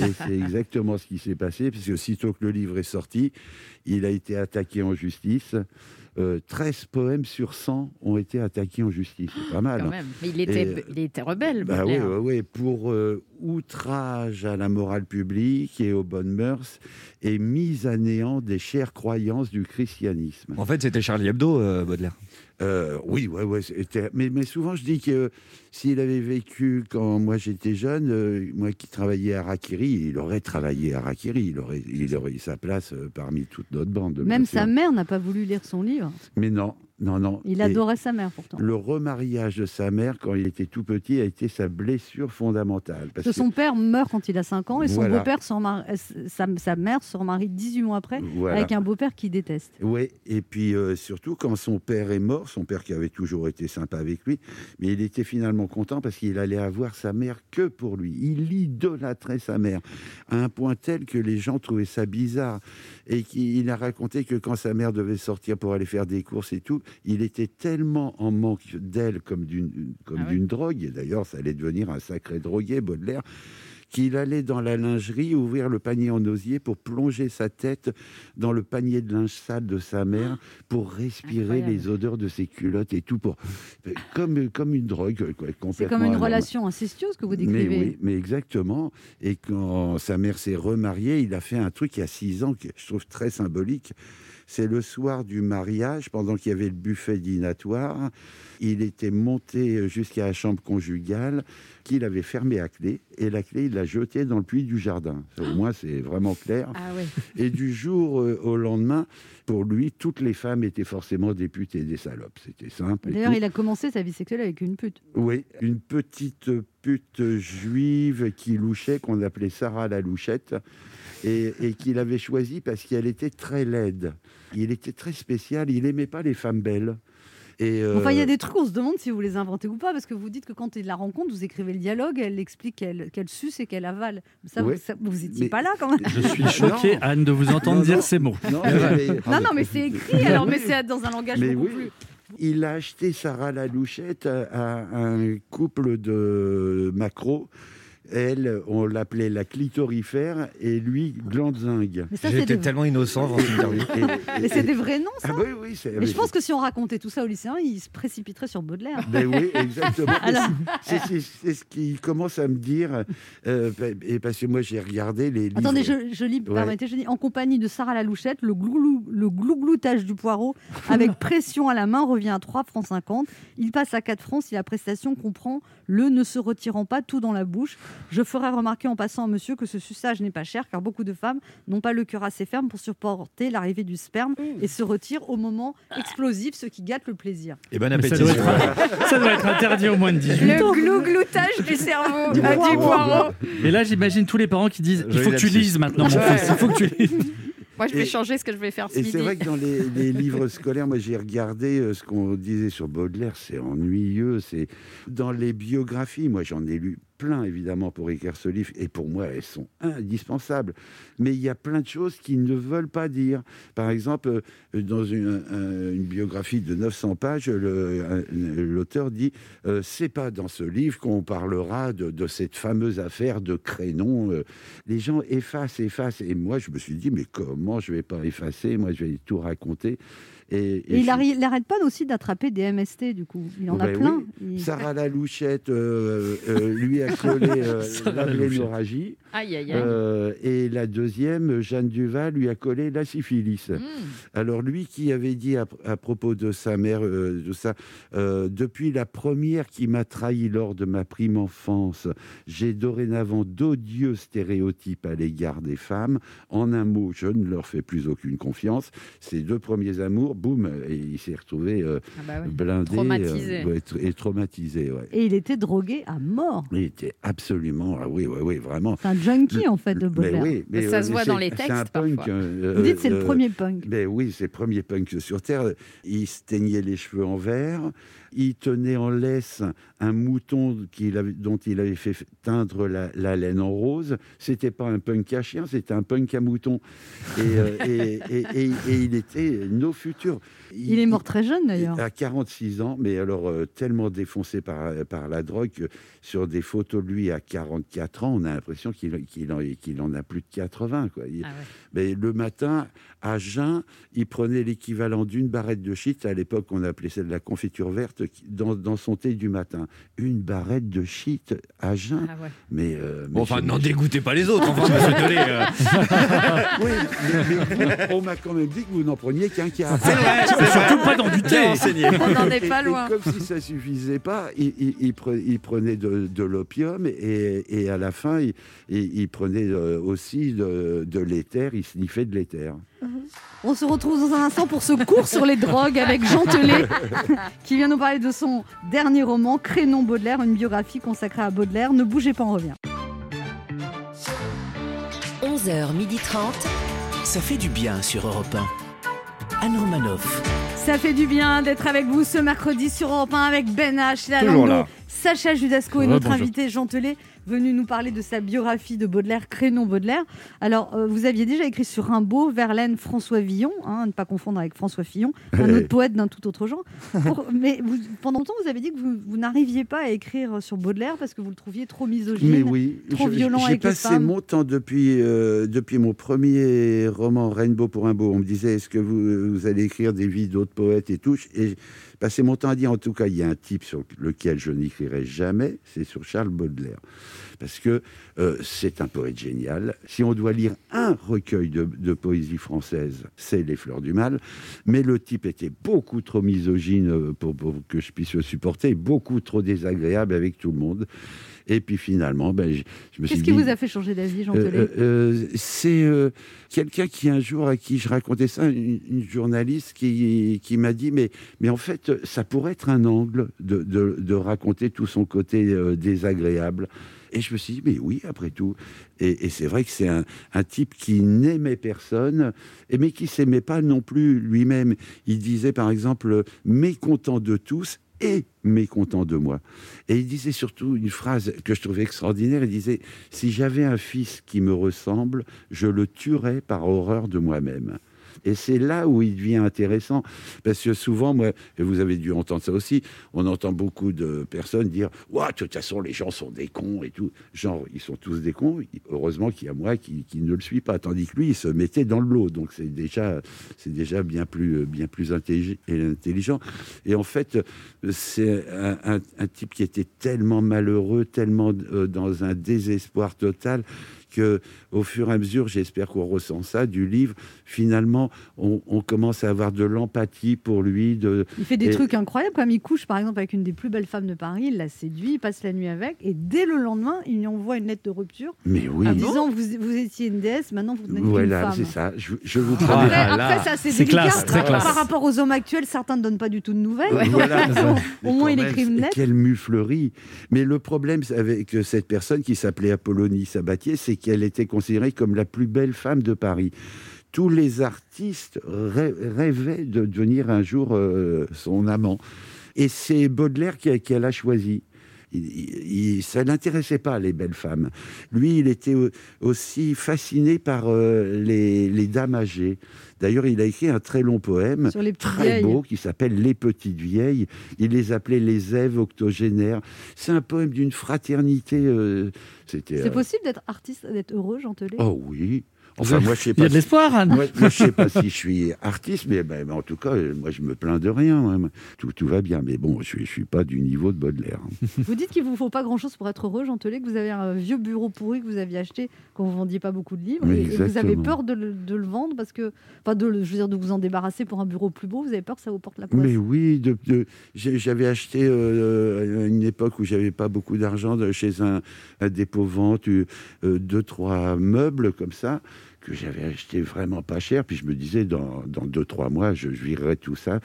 Speaker 11: et c'est exactement ce qui s'est passé, puisque sitôt que le livre est sorti, il a été attaqué en justice. Euh, 13 poèmes sur 100 ont été attaqués en justice. C'est pas mal.
Speaker 6: Quand
Speaker 11: hein.
Speaker 6: même. Mais il était,
Speaker 11: Et-
Speaker 6: il était rebelle.
Speaker 11: Bah oui,
Speaker 6: Baudelaire.
Speaker 11: oui, oui, pour euh, outrage à la morale publique et aux bonnes mœurs et mise à néant des chères croyances du christianisme.
Speaker 7: En fait, c'était Charlie Hebdo, euh, Baudelaire.
Speaker 11: Euh, oui, ouais, ouais, c'était- mais, mais souvent je dis que euh, s'il avait vécu quand moi j'étais jeune, euh, moi qui travaillais à Rakiri, il aurait travaillé à Rakiri, il aurait, il aurait eu sa place euh, parmi toute notre bande. bien
Speaker 3: Même
Speaker 11: sûr.
Speaker 3: sa mère n'a pas voulu lire son livre.
Speaker 11: Mais non, non, non.
Speaker 3: Il
Speaker 11: Et-
Speaker 3: adorait sa mère pourtant.
Speaker 11: Le remariage de sa mère quand il était tout petit a été sa blessure fondamentale. Parce
Speaker 3: Parce que son père meurt quand il a 5 ans et son
Speaker 11: Voilà.
Speaker 3: beau-père se remar- euh, s- sa, sa mère se remarie 18 mois après
Speaker 11: Voilà.
Speaker 3: avec un beau-père qu'il déteste.
Speaker 11: Oui, et puis euh, surtout quand son père est mort, son père qui avait toujours été sympa avec lui, mais il était finalement content parce qu'il allait avoir sa mère que pour lui. Il idolâtrait sa mère à un point tel que les gens trouvaient ça bizarre et qu'il a raconté que quand sa mère devait sortir pour aller faire des courses et tout, il était tellement en manque d'elle comme d'une comme
Speaker 6: Ah ouais.
Speaker 11: d'une drogue, et d'ailleurs ça allait devenir un sacré drogué, Baudelaire, qu'il allait dans la lingerie ouvrir le panier en osier pour plonger sa tête dans le panier de linge sale de sa mère pour respirer
Speaker 6: Incroyable.
Speaker 11: les odeurs de ses culottes et tout pour comme comme une drogue quoi, complètement
Speaker 3: C'est comme une
Speaker 11: anormale.
Speaker 3: relation incestueuse que vous
Speaker 11: Mais
Speaker 3: décrivez.
Speaker 11: oui, mais exactement. Et quand sa mère s'est remariée, il a fait un truc il y a six ans que je trouve très symbolique. C'est le soir du mariage, pendant qu'il y avait le buffet dînatoire, il était monté jusqu'à la chambre conjugale qu'il avait fermée à clé et la clé, il l'a jetée dans le puits du jardin. Ça, Au moins, c'est vraiment clair.
Speaker 12: Ah ouais.
Speaker 11: Et du jour euh, au lendemain, pour lui, toutes les femmes étaient forcément des putes et des salopes. C'était simple. et
Speaker 3: D'ailleurs,
Speaker 11: tout.
Speaker 3: il a commencé sa vie sexuelle avec une pute.
Speaker 11: Oui, une petite pute juive qui louchait, qu'on appelait Sarah la louchette, et, et qu'il avait choisie parce qu'elle était très laide. Il était très spécial, il n'aimait pas les femmes belles. Et
Speaker 3: Enfin, il y a
Speaker 11: euh,
Speaker 3: des trucs, on se demande si vous les inventez ou pas, parce que vous dites que quand il la rencontre, vous écrivez le dialogue, elle explique qu'elle qu'elle suce et qu'elle avale. Ça,
Speaker 11: Ouais.
Speaker 3: vous- ça- vous n'étiez
Speaker 11: Mais-
Speaker 3: pas là quand même.
Speaker 8: Je suis choqué,
Speaker 11: Ah,
Speaker 8: Anne, de vous entendre
Speaker 11: Non,
Speaker 8: dire
Speaker 11: non.
Speaker 8: ces mots.
Speaker 11: Non,
Speaker 3: Non, non, mais c'est écrit,
Speaker 11: Ah
Speaker 3: alors,
Speaker 11: oui.
Speaker 3: mais c'est dans un langage
Speaker 11: Mais
Speaker 3: beaucoup
Speaker 11: oui.
Speaker 3: plus.
Speaker 11: Il a acheté Sarah Lalouchette à, à un couple de macros. Elle, on l'appelait la clitorifère et lui, glandzingue.
Speaker 3: Mais ça, J'ai c'est été des-
Speaker 11: tellement innocent avant cette interview.
Speaker 3: Mais c'est des vrais noms, ça
Speaker 11: Ah oui, oui. c'est-
Speaker 3: Mais je pense que si on racontait tout ça aux lycéens, ils se précipiteraient sur Baudelaire.
Speaker 11: Ben oui, exactement.
Speaker 3: Alors-
Speaker 11: C'est c'est- c'est ce qu'il commence à me dire. euh, et parce que moi, j'ai regardé les livres.
Speaker 3: Attendez, je, je lis,
Speaker 11: Ouais.
Speaker 3: permettez, je lis, en compagnie de Sarah Lalouchette, le, glouglou, le glougloutage du poireau avec pression à la main revient à 3 francs 50. Il passe à 4 francs si la prestation comprend le ne se retirant pas tout dans la bouche. Je ferai remarquer en passant à monsieur que ce suçage n'est pas cher car beaucoup de femmes n'ont pas le cœur assez ferme pour supporter l'arrivée du sperme et se retirent au moment explosif, ce qui gâte le plaisir.
Speaker 7: Et bon
Speaker 8: Mais
Speaker 7: appétit.
Speaker 8: ça doit, être, ça doit être interdit au moins de 18 ans.
Speaker 6: Le glougloutage du cerveau
Speaker 8: Du
Speaker 6: Ah, du
Speaker 8: poireau.
Speaker 6: poireau.
Speaker 8: Mais là, j'imagine tous les parents qui disent Il
Speaker 11: Joli
Speaker 8: faut que tu
Speaker 11: lapsus.
Speaker 8: lises maintenant, mon
Speaker 11: Ouais.
Speaker 8: fils. Il faut que tu lises.
Speaker 6: Moi, je vais
Speaker 11: Et-
Speaker 6: changer ce que je vais faire ce
Speaker 11: Et
Speaker 6: midi.
Speaker 11: c'est vrai que dans les, les livres scolaires, moi j'ai regardé euh, ce qu'on disait sur Baudelaire, c'est ennuyeux. C'est dans les biographies, moi j'en ai lu plein évidemment pour écrire ce livre, et pour moi elles sont indispensables. Mais il y a plein de choses qu'ils ne veulent pas dire. Par exemple, euh, dans une, un- une biographie de 900 pages, le- un- l'auteur dit euh, c'est pas dans ce livre qu'on parlera de, de cette fameuse affaire de Crénon. euh, les gens effacent, effacent. Et moi, je me suis dit, mais comment je vais pas effacer Moi, je vais tout raconter. Et, et
Speaker 3: Et il
Speaker 11: je-
Speaker 3: arri- il n'arrête pas aussi d'attraper des MST du coup. Il en a
Speaker 11: Ben
Speaker 3: plein.
Speaker 11: oui.
Speaker 3: Il-
Speaker 11: Sarah Lalouchette, euh, euh, lui a collé euh,
Speaker 8: Sarah
Speaker 11: la
Speaker 8: Lalouchette.
Speaker 11: blénorragie.
Speaker 6: Aïe, aïe, aïe.
Speaker 11: Euh, et la deuxième, Jeanne Duval, lui a collé la syphilis.
Speaker 6: Hmm.
Speaker 11: Alors lui qui avait dit à, à propos de sa mère, euh, de ça, euh, depuis la première qui m'a trahi lors de ma prime enfance, j'ai dorénavant d'odieux stéréotypes à l'égard des femmes. En un mot, je ne leur fais plus aucune confiance. Ces deux premiers amours, boum, et il s'est retrouvé euh,
Speaker 6: Ah bah ouais.
Speaker 11: blindé euh,
Speaker 6: Traumatisé.
Speaker 11: ouais, tr- et traumatisé. ouais.
Speaker 3: Et il était drogué à mort.
Speaker 11: Il était absolument, ah oui, oui, oui, vraiment.
Speaker 3: C'est un junkie en fait de
Speaker 11: Mais
Speaker 3: Baudelaire.
Speaker 11: oui, mais,
Speaker 6: Ça
Speaker 11: euh,
Speaker 6: se
Speaker 11: mais
Speaker 6: voit dans
Speaker 11: c'est-
Speaker 6: les
Speaker 11: C'est un
Speaker 6: textes,
Speaker 11: punk.
Speaker 6: parfois.
Speaker 11: euh,
Speaker 3: Vous dites c'est le
Speaker 11: euh,
Speaker 3: premier punk.
Speaker 11: ben oui, c'est le premier punk sur Terre. Il se teignait les cheveux en vert. Il tenait en laisse un mouton qu'il avait- dont il avait fait teindre la, la laine en rose. C'était pas un punk à chien, c'était un punk à mouton. Et, euh, et, et- et- et il était nos futurs.
Speaker 3: Il est mort très jeune d'ailleurs.
Speaker 11: À 46 ans, mais alors euh, tellement défoncé par, euh, par la drogue que sur des photos de lui à 44 ans, on a l'impression qu'il qu'il en, qu'il en a plus de 80. Quoi.
Speaker 6: Ah
Speaker 11: Il- Mais le matin, à jeun, il prenait l'équivalent d'une barrette de shit. À l'époque, on appelait ça de la confiture verte qui- dans, dans son thé du matin. Une barrette de shit à jeun.
Speaker 6: Ah ouais.
Speaker 11: Mais, euh, mais
Speaker 7: Bon, enfin,
Speaker 11: c'est-
Speaker 7: n'en dégoûtez pas les autres, enfin, monsieur Delay. euh.
Speaker 11: Oui, mais- mais vous, on m'a quand même dit que vous n'en preniez qu'un quart.
Speaker 8: Surtout pas dans du thé.
Speaker 6: On n'en est
Speaker 11: Et-
Speaker 6: pas
Speaker 11: et
Speaker 6: loin.
Speaker 11: comme si ça suffisait pas, il, il- il pre- il prenait de, de l'opium et, et à la fin, il, il- il prenait euh, aussi de, de l'éther, il sniffait de l'éther.
Speaker 3: On se retrouve dans un instant pour ce cours sur les drogues avec Jean Telet qui vient nous parler de son dernier roman Crénon Baudelaire, une biographie consacrée à Baudelaire. Ne bougez pas, on revient.
Speaker 2: 11h30. Ça fait du bien sur Europe 1. Anne Romanoff.
Speaker 3: Ça fait du bien d'être avec vous ce mercredi sur Europe 1 avec Ben H, Léa
Speaker 2: Toujours
Speaker 3: Landau,
Speaker 2: là.
Speaker 3: Sacha Judasco
Speaker 2: Ouais,
Speaker 3: et notre
Speaker 2: bonjour.
Speaker 3: invité Jean Telet venu nous parler de sa biographie de Baudelaire, Crénon Baudelaire. Alors, euh, vous aviez déjà écrit sur Rimbaud, Verlaine, François Villon, hein, à ne pas confondre avec François Fillon, un
Speaker 11: Ouais.
Speaker 3: autre poète d'un tout autre genre. Pour- mais vous- pendant longtemps, vous avez dit que vous, vous n'arriviez pas à écrire sur Baudelaire parce que vous le trouviez trop misogyne,
Speaker 11: Mais oui,
Speaker 3: trop
Speaker 11: je-
Speaker 3: violent
Speaker 11: j'ai
Speaker 3: avec les
Speaker 11: passé
Speaker 3: femmes.
Speaker 11: mon temps hein, depuis, euh, depuis mon premier roman Rainbow pour un beau. On me disait est-ce que vous, vous allez écrire des vies d'autres poètes et tout Et passé mon temps à dire, en tout cas, il y a un type sur lequel je n'écrirai jamais, c'est sur Charles Baudelaire. Parce que euh, c'est un poète génial. Si on doit lire un recueil de, de poésie française, c'est Les Fleurs du Mal. Mais le type était beaucoup trop misogyne euh, pour, pour que je puisse le supporter, beaucoup trop désagréable avec tout le monde. Et puis finalement, ben, je, je me suis
Speaker 3: Qu'est-ce
Speaker 11: dit...
Speaker 3: qui vous a fait changer d'avis, Jean Telet
Speaker 11: Euh, euh, euh, c'est euh, quelqu'un qui un jour à qui je racontais ça, une, une journaliste qui, qui m'a dit mais mais en fait euh, ça pourrait être un angle de, de- de raconter tout son côté euh, désagréable. Et je me suis dit mais oui après tout. Et, et c'est vrai que c'est un, un type qui n'aimait personne et mais qui s'aimait pas non plus lui-même. Il disait par exemple mécontent de tous et mécontent de moi. Et il disait surtout une phrase que je trouvais extraordinaire, il disait « Si j'avais un fils qui me ressemble, je le tuerais par horreur de moi-même ». Et c'est là où il devient intéressant, parce que souvent, moi, et vous avez dû entendre ça aussi, on entend beaucoup de personnes dire « Ouah, de toute façon, les gens sont des cons et tout ». Genre, ils sont tous des cons, heureusement qu'il y a moi qui, qui ne le suis pas, tandis que lui, il se mettait dans le lot, donc c'est déjà, c'est déjà bien plus, bien plus intelli- et intelligent. Et en fait, c'est un, un- un type qui était tellement malheureux, tellement euh, dans un désespoir total que, au fur et à mesure, j'espère qu'on ressent ça du livre. Finalement, on, on commence à avoir de l'empathie pour lui. De,
Speaker 3: Il fait des
Speaker 11: et-
Speaker 3: trucs hein. incroyables, comme il couche par exemple avec une des plus belles femmes de Paris, il la séduit, il passe la nuit avec, et dès le lendemain, il lui envoie une lettre de rupture
Speaker 11: Mais oui. Ah
Speaker 3: en disant vous, vous étiez une déesse, maintenant Ah, vous n'êtes
Speaker 11: Voilà,
Speaker 3: qu'une
Speaker 11: c'est
Speaker 3: femme.
Speaker 11: ça. Je, je vous
Speaker 3: Après,
Speaker 11: promets-
Speaker 3: après, ça Ah, c'est délicat. Par rapport aux hommes actuels, certains ne donnent pas du tout de nouvelles. Donc,
Speaker 11: Euh, Voilà.
Speaker 3: au moins, il
Speaker 11: Mais
Speaker 3: écrit une lettre.
Speaker 11: Quelle muflerie Mais le problème c'est avec euh, cette personne qui s'appelait Apollonie Sabatier, c'est qu'elle était considérée comme la plus belle femme de Paris. Tous les artistes rê- rêvaient de devenir un jour euh, son amant. Et c'est Baudelaire qui a- qu'elle a choisi. Il- il- il- ça l'intéressait pas, les belles femmes. Lui, il était au- aussi fasciné par euh, les, les dames âgées. D'ailleurs, il a écrit un très long poème,
Speaker 3: Sur les petites
Speaker 11: très beau,
Speaker 3: vieilles.
Speaker 11: qui s'appelle Les Petites Vieilles. Il les appelait les Èves octogénaires. C'est un poème d'une fraternité. euh, C'était. euh,
Speaker 3: C'est possible d'être artiste, d'être heureux, Jean Telet
Speaker 11: Oh oui. Enfin, moi, je sais
Speaker 8: Il y
Speaker 11: pas.
Speaker 8: a de l'espoir, hein. Anne.
Speaker 11: Moi, moi, je sais pas si je suis artiste, mais ben, en tout cas, euh, moi, je me plains de rien. hein. Tout, tout va bien, mais bon, je, suis- je suis pas du niveau de Baudelaire. hein.
Speaker 3: Vous dites qu'il vous faut pas grand-chose pour être heureux, Jean Telet, que vous avez un vieux bureau pourri que vous aviez acheté quand vous vendiez pas beaucoup de livres
Speaker 11: Oui,
Speaker 3: et, et que vous avez
Speaker 11: exactement.
Speaker 3: peur de le, de le vendre parce que, enfin, de, le- je veux dire, de vous en débarrasser pour un bureau plus beau. Vous avez peur que ça vous porte la poisse.
Speaker 11: Mais oui, de- de- j'ai- j'avais acheté euh, à une époque où j'avais pas beaucoup d'argent de- chez un, un dépôt-vente, euh, euh, deux, trois meubles comme ça, que j'avais acheté vraiment pas cher. Puis je me disais, dans, dans deux, trois mois, je, je virerai tout ça.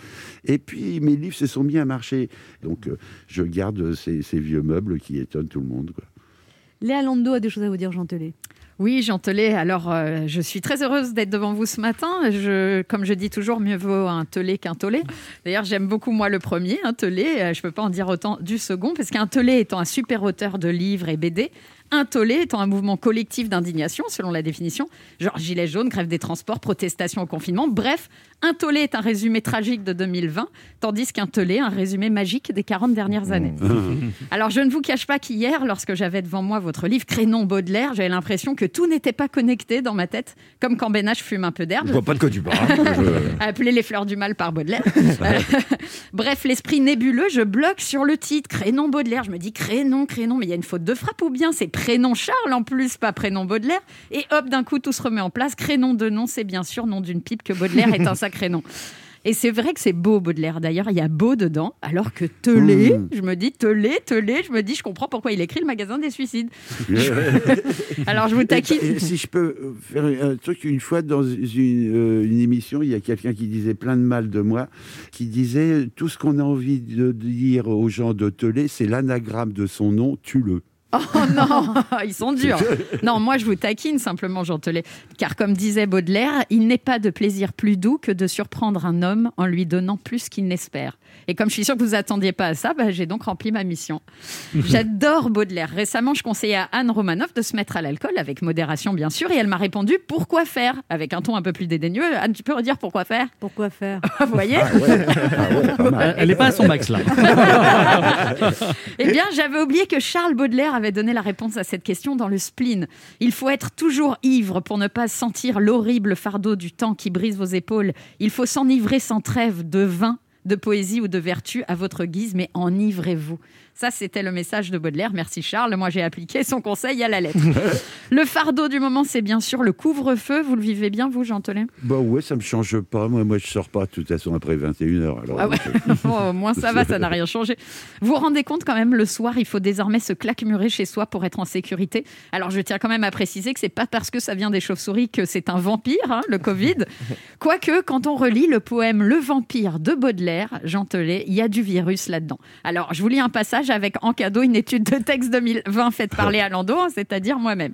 Speaker 11: Et puis mes livres se sont mis à marcher. Donc euh, je garde ces, ces vieux meubles qui étonnent tout le monde. quoi.
Speaker 3: Léa Lando a des choses à vous dire, Jean Telet.
Speaker 6: Oui, Jean Telet, alors euh, je suis très heureuse d'être devant vous ce matin. Je, comme je dis toujours, mieux vaut un Telet qu'un Telet. D'ailleurs, j'aime beaucoup moi le premier, un Telet. Euh, Je ne peux pas en dire autant du second, parce qu'un Telet étant un super auteur de livres et BD, un Telet étant un mouvement collectif d'indignation, selon la définition, genre gilets jaunes, grève des transports, protestation au confinement. Bref, un Telet est un résumé tragique de 2020, tandis qu'un Telet, un résumé magique des 40 dernières années. Alors, je ne vous cache pas qu'hier, lorsque j'avais devant moi votre livre Crénon Baudelaire, j'avais l'impression que tout n'était pas connecté dans ma tête, comme quand Benach fume un peu d'herbe.
Speaker 7: Je vois pas de quoi tu parles. hein. Je-
Speaker 6: Appelé les fleurs du mal par Baudelaire. Euh, Bref, l'esprit nébuleux, je bloque sur le titre. Crénon Baudelaire. Je me dis Crénon, Crénon, mais il y a une faute de frappe ou bien c'est prénom Charles en plus, pas prénom Baudelaire. Et hop, d'un coup, tout se remet en place. Crénon de nom, c'est bien sûr nom d'une pipe que Baudelaire est un sacré nom. Et c'est vrai que c'est beau, Baudelaire. D'ailleurs, il y a beau dedans, alors que Telé,
Speaker 12: Mmh.
Speaker 6: je me dis Telé, Telé, je me dis, je comprends pourquoi il écrit le magasin des suicides. Alors, je vous taquine.
Speaker 11: Et- et si je peux euh, faire un truc, une fois dans une, euh, une émission, il y a quelqu'un qui disait plein de mal de moi, qui disait tout ce qu'on a envie de dire aux gens de Telé, c'est l'anagramme de son nom, tue-le.
Speaker 6: Oh non, ils sont durs. Non, moi je vous taquine simplement, Jean Telet. Car comme disait Baudelaire, il n'est pas de plaisir plus doux que de surprendre un homme en lui donnant plus qu'il n'espère. Et comme je suis sûre que vous attendiez pas à ça, bah, j'ai donc rempli ma mission. J'adore Baudelaire. Récemment, je conseillais à Anne Romanoff de se mettre à l'alcool, avec modération bien sûr, et elle m'a répondu pourquoi faire Avec un ton un peu plus dédaigneux. Anne, tu peux redire pourquoi faire
Speaker 3: Pourquoi faire
Speaker 6: Vous voyez
Speaker 3: Ah
Speaker 8: Ah, Euh, Elle n'est pas à son max là.
Speaker 6: Eh bien, j'avais oublié que Charles Baudelaire avait donné la réponse à cette question dans le spleen. Il faut être toujours ivre pour ne pas sentir l'horrible fardeau du temps qui brise vos épaules. Il faut s'enivrer sans trêve de vin, de poésie ou de vertu à votre guise, mais enivrez-vous. Ça, c'était le message de Baudelaire. Merci Charles. Moi, j'ai appliqué son conseil à la lettre. le fardeau du moment, c'est bien sûr le couvre-feu. Vous le vivez bien, vous, Jean Telet
Speaker 11: Bah ouais, ça me change pas. Moi, moi je sors pas de toute façon après 21h. Alors,
Speaker 6: Ah ouais. Bon, au moins ça va, ça n'a rien changé. Vous vous rendez compte quand même, le soir, il faut désormais se claquemurer chez soi pour être en sécurité. Alors je tiens quand même à préciser que c'est pas parce que ça vient des chauves-souris que c'est un vampire, hein, le Covid. Quoique, quand on relit le poème Le vampire de Baudelaire, Jean Telet, il y a du virus là-dedans. Alors je vous lis un passage avec en cadeau une étude de texte 2020 faite par Léa Lando, c'est-à-dire moi-même.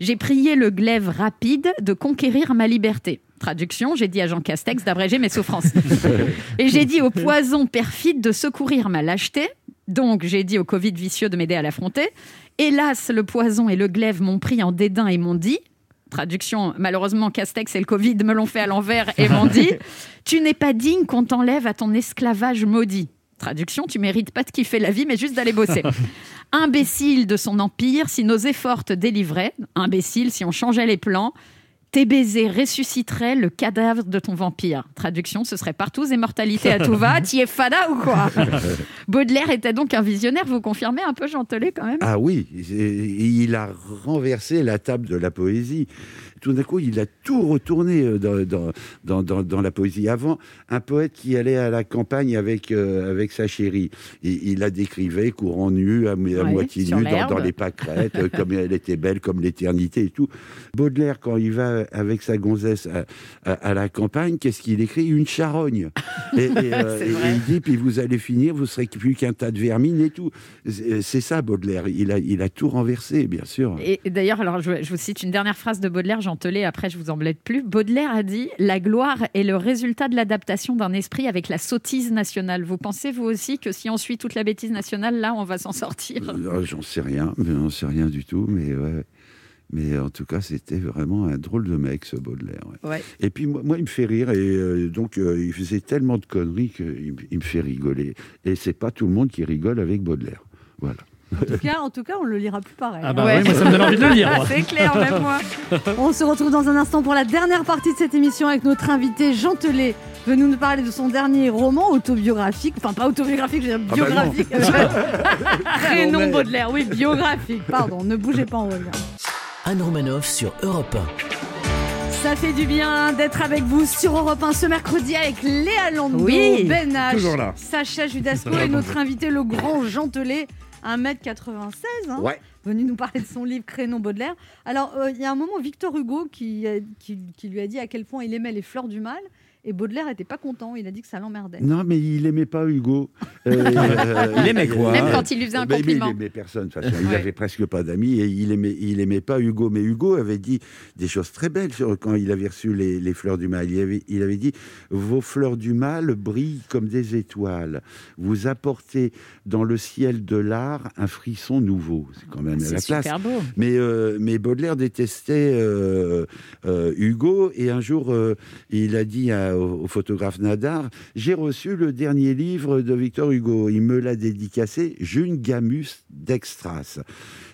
Speaker 6: J'ai prié le glaive rapide de conquérir ma liberté. Traduction, j'ai dit à Jean Castex d'abréger mes souffrances. Et j'ai dit au poison perfide de secourir ma lâcheté. Donc, j'ai dit au Covid vicieux de m'aider à l'affronter. Hélas, le poison et le glaive m'ont pris en dédain et m'ont dit. Traduction, malheureusement, Castex et le Covid me l'ont fait à l'envers et m'ont dit Tu n'es pas digne qu'on t'enlève à ton esclavage maudit. Traduction, tu mérites pas de kiffer la vie, mais juste d'aller bosser. Imbécile de son empire, si nos efforts te délivraient, imbécile si on changeait les plans, tes baisers ressusciteraient le cadavre de ton vampire. Traduction, ce serait partout immortalité à tout va, t'y es fada ou quoi Baudelaire était donc un visionnaire, vous confirmez un peu Gentelet quand même
Speaker 11: Ah oui, et il a renversé la table de la poésie. Tout d'un coup, il a tout retourné euh, dans, dans- dans- dans- dans la poésie. Avant, un poète qui allait à la campagne avec, euh, avec sa chérie, il, il la décrivait courant nu, à, mo- à
Speaker 12: Ouais,
Speaker 11: moitié
Speaker 12: sur
Speaker 11: nu, dans,
Speaker 12: l'herbe.
Speaker 11: dans les pâquerettes, euh, comme elle était belle, comme l'éternité et tout. Baudelaire, quand il va avec sa gonzesse à, à- à la campagne, qu'est-ce qu'il écrit Une charogne. Et, et, euh,
Speaker 12: C'est
Speaker 11: et- et
Speaker 12: vrai.
Speaker 11: il dit, puis vous allez finir, vous serez plus qu'un tas de vermine et tout. C'est euh, c'est ça, Baudelaire. Il a, il a tout renversé, bien sûr.
Speaker 6: Et et d'ailleurs, alors je, je vous cite une dernière phrase de Baudelaire, j'en telais, après je vous embête plus. Baudelaire a dit La gloire est le résultat de l'adaptation d'un esprit avec la sottise nationale. Vous pensez, vous aussi, que si on suit toute la bêtise nationale, là, on va s'en sortir
Speaker 11: Euh, J'en sais rien, mais j'en sais rien du tout. Mais, ouais. mais en tout cas, c'était vraiment un drôle de mec, ce Baudelaire. ouais.
Speaker 6: Ouais.
Speaker 11: Et puis, moi, moi, il me fait rire. Et euh, donc, euh, il faisait tellement de conneries qu'il me- il me fait rigoler. Et c'est pas tout le monde qui rigole avec Baudelaire. Voilà.
Speaker 3: En tout cas, en tout cas, on le lira plus pareil. Hein.
Speaker 11: Ah bah Ouais. oui, moi, ça me donne envie de le lire, moi.
Speaker 3: C'est clair, même moi. On se retrouve dans un instant pour la dernière partie de cette émission avec notre invité Jean Telet, venu nous parler de son dernier roman autobiographique. Enfin, pas autobiographique, je veux dire
Speaker 12: Ah bah non.
Speaker 3: biographique.
Speaker 12: Non,
Speaker 3: Prénom
Speaker 12: mais-
Speaker 3: Baudelaire, oui, biographique. Pardon, ne bougez pas, on revient.
Speaker 2: Anne Romanoff sur Europe
Speaker 3: Ça fait du bien d'être avec vous sur Europe 1 ce mercredi avec Léa Landau,
Speaker 2: Oui,
Speaker 3: Ben H,
Speaker 2: toujours là.
Speaker 3: Sacha Judasco
Speaker 2: Ça va,
Speaker 3: et
Speaker 2: bon
Speaker 3: notre
Speaker 2: bon.
Speaker 3: invité le grand Jean Telet, 1m96, hein,
Speaker 2: Ouais.
Speaker 3: venu nous parler de son livre Crénon Baudelaire. Alors, euh, il y a un moment, Victor Hugo qui, a- qui- qui lui a dit à quel point il aimait les fleurs du mal et Baudelaire n'était pas content, il a dit que ça l'emmerdait.
Speaker 11: Non, mais il aimait pas Hugo. Euh,
Speaker 3: Il aimait quoi Même
Speaker 11: hein.
Speaker 3: quand il lui faisait un
Speaker 11: Mais- mais
Speaker 3: compliment.
Speaker 11: il aimait personne. de toute façon. Il
Speaker 3: Ouais.
Speaker 11: avait presque pas d'amis et il aimait, il aimait pas Hugo. Mais Hugo avait dit des choses très belles sur- quand il avait reçu les, les fleurs du mal. Il avait, il avait dit Vos fleurs du mal brillent comme des étoiles. Vous apportez dans le ciel de l'art un frisson nouveau. C'est quand
Speaker 3: Ah,
Speaker 11: même
Speaker 12: C'est
Speaker 11: la
Speaker 12: super
Speaker 11: place.
Speaker 12: beau.
Speaker 11: Mais, euh, mais Baudelaire détestait euh, euh, Hugo et un jour euh, il a dit à- au, au photographe Nadar J'ai reçu le dernier livre de Victor Hugo. Il me l'a dédicacé, June Gamus d'Extras.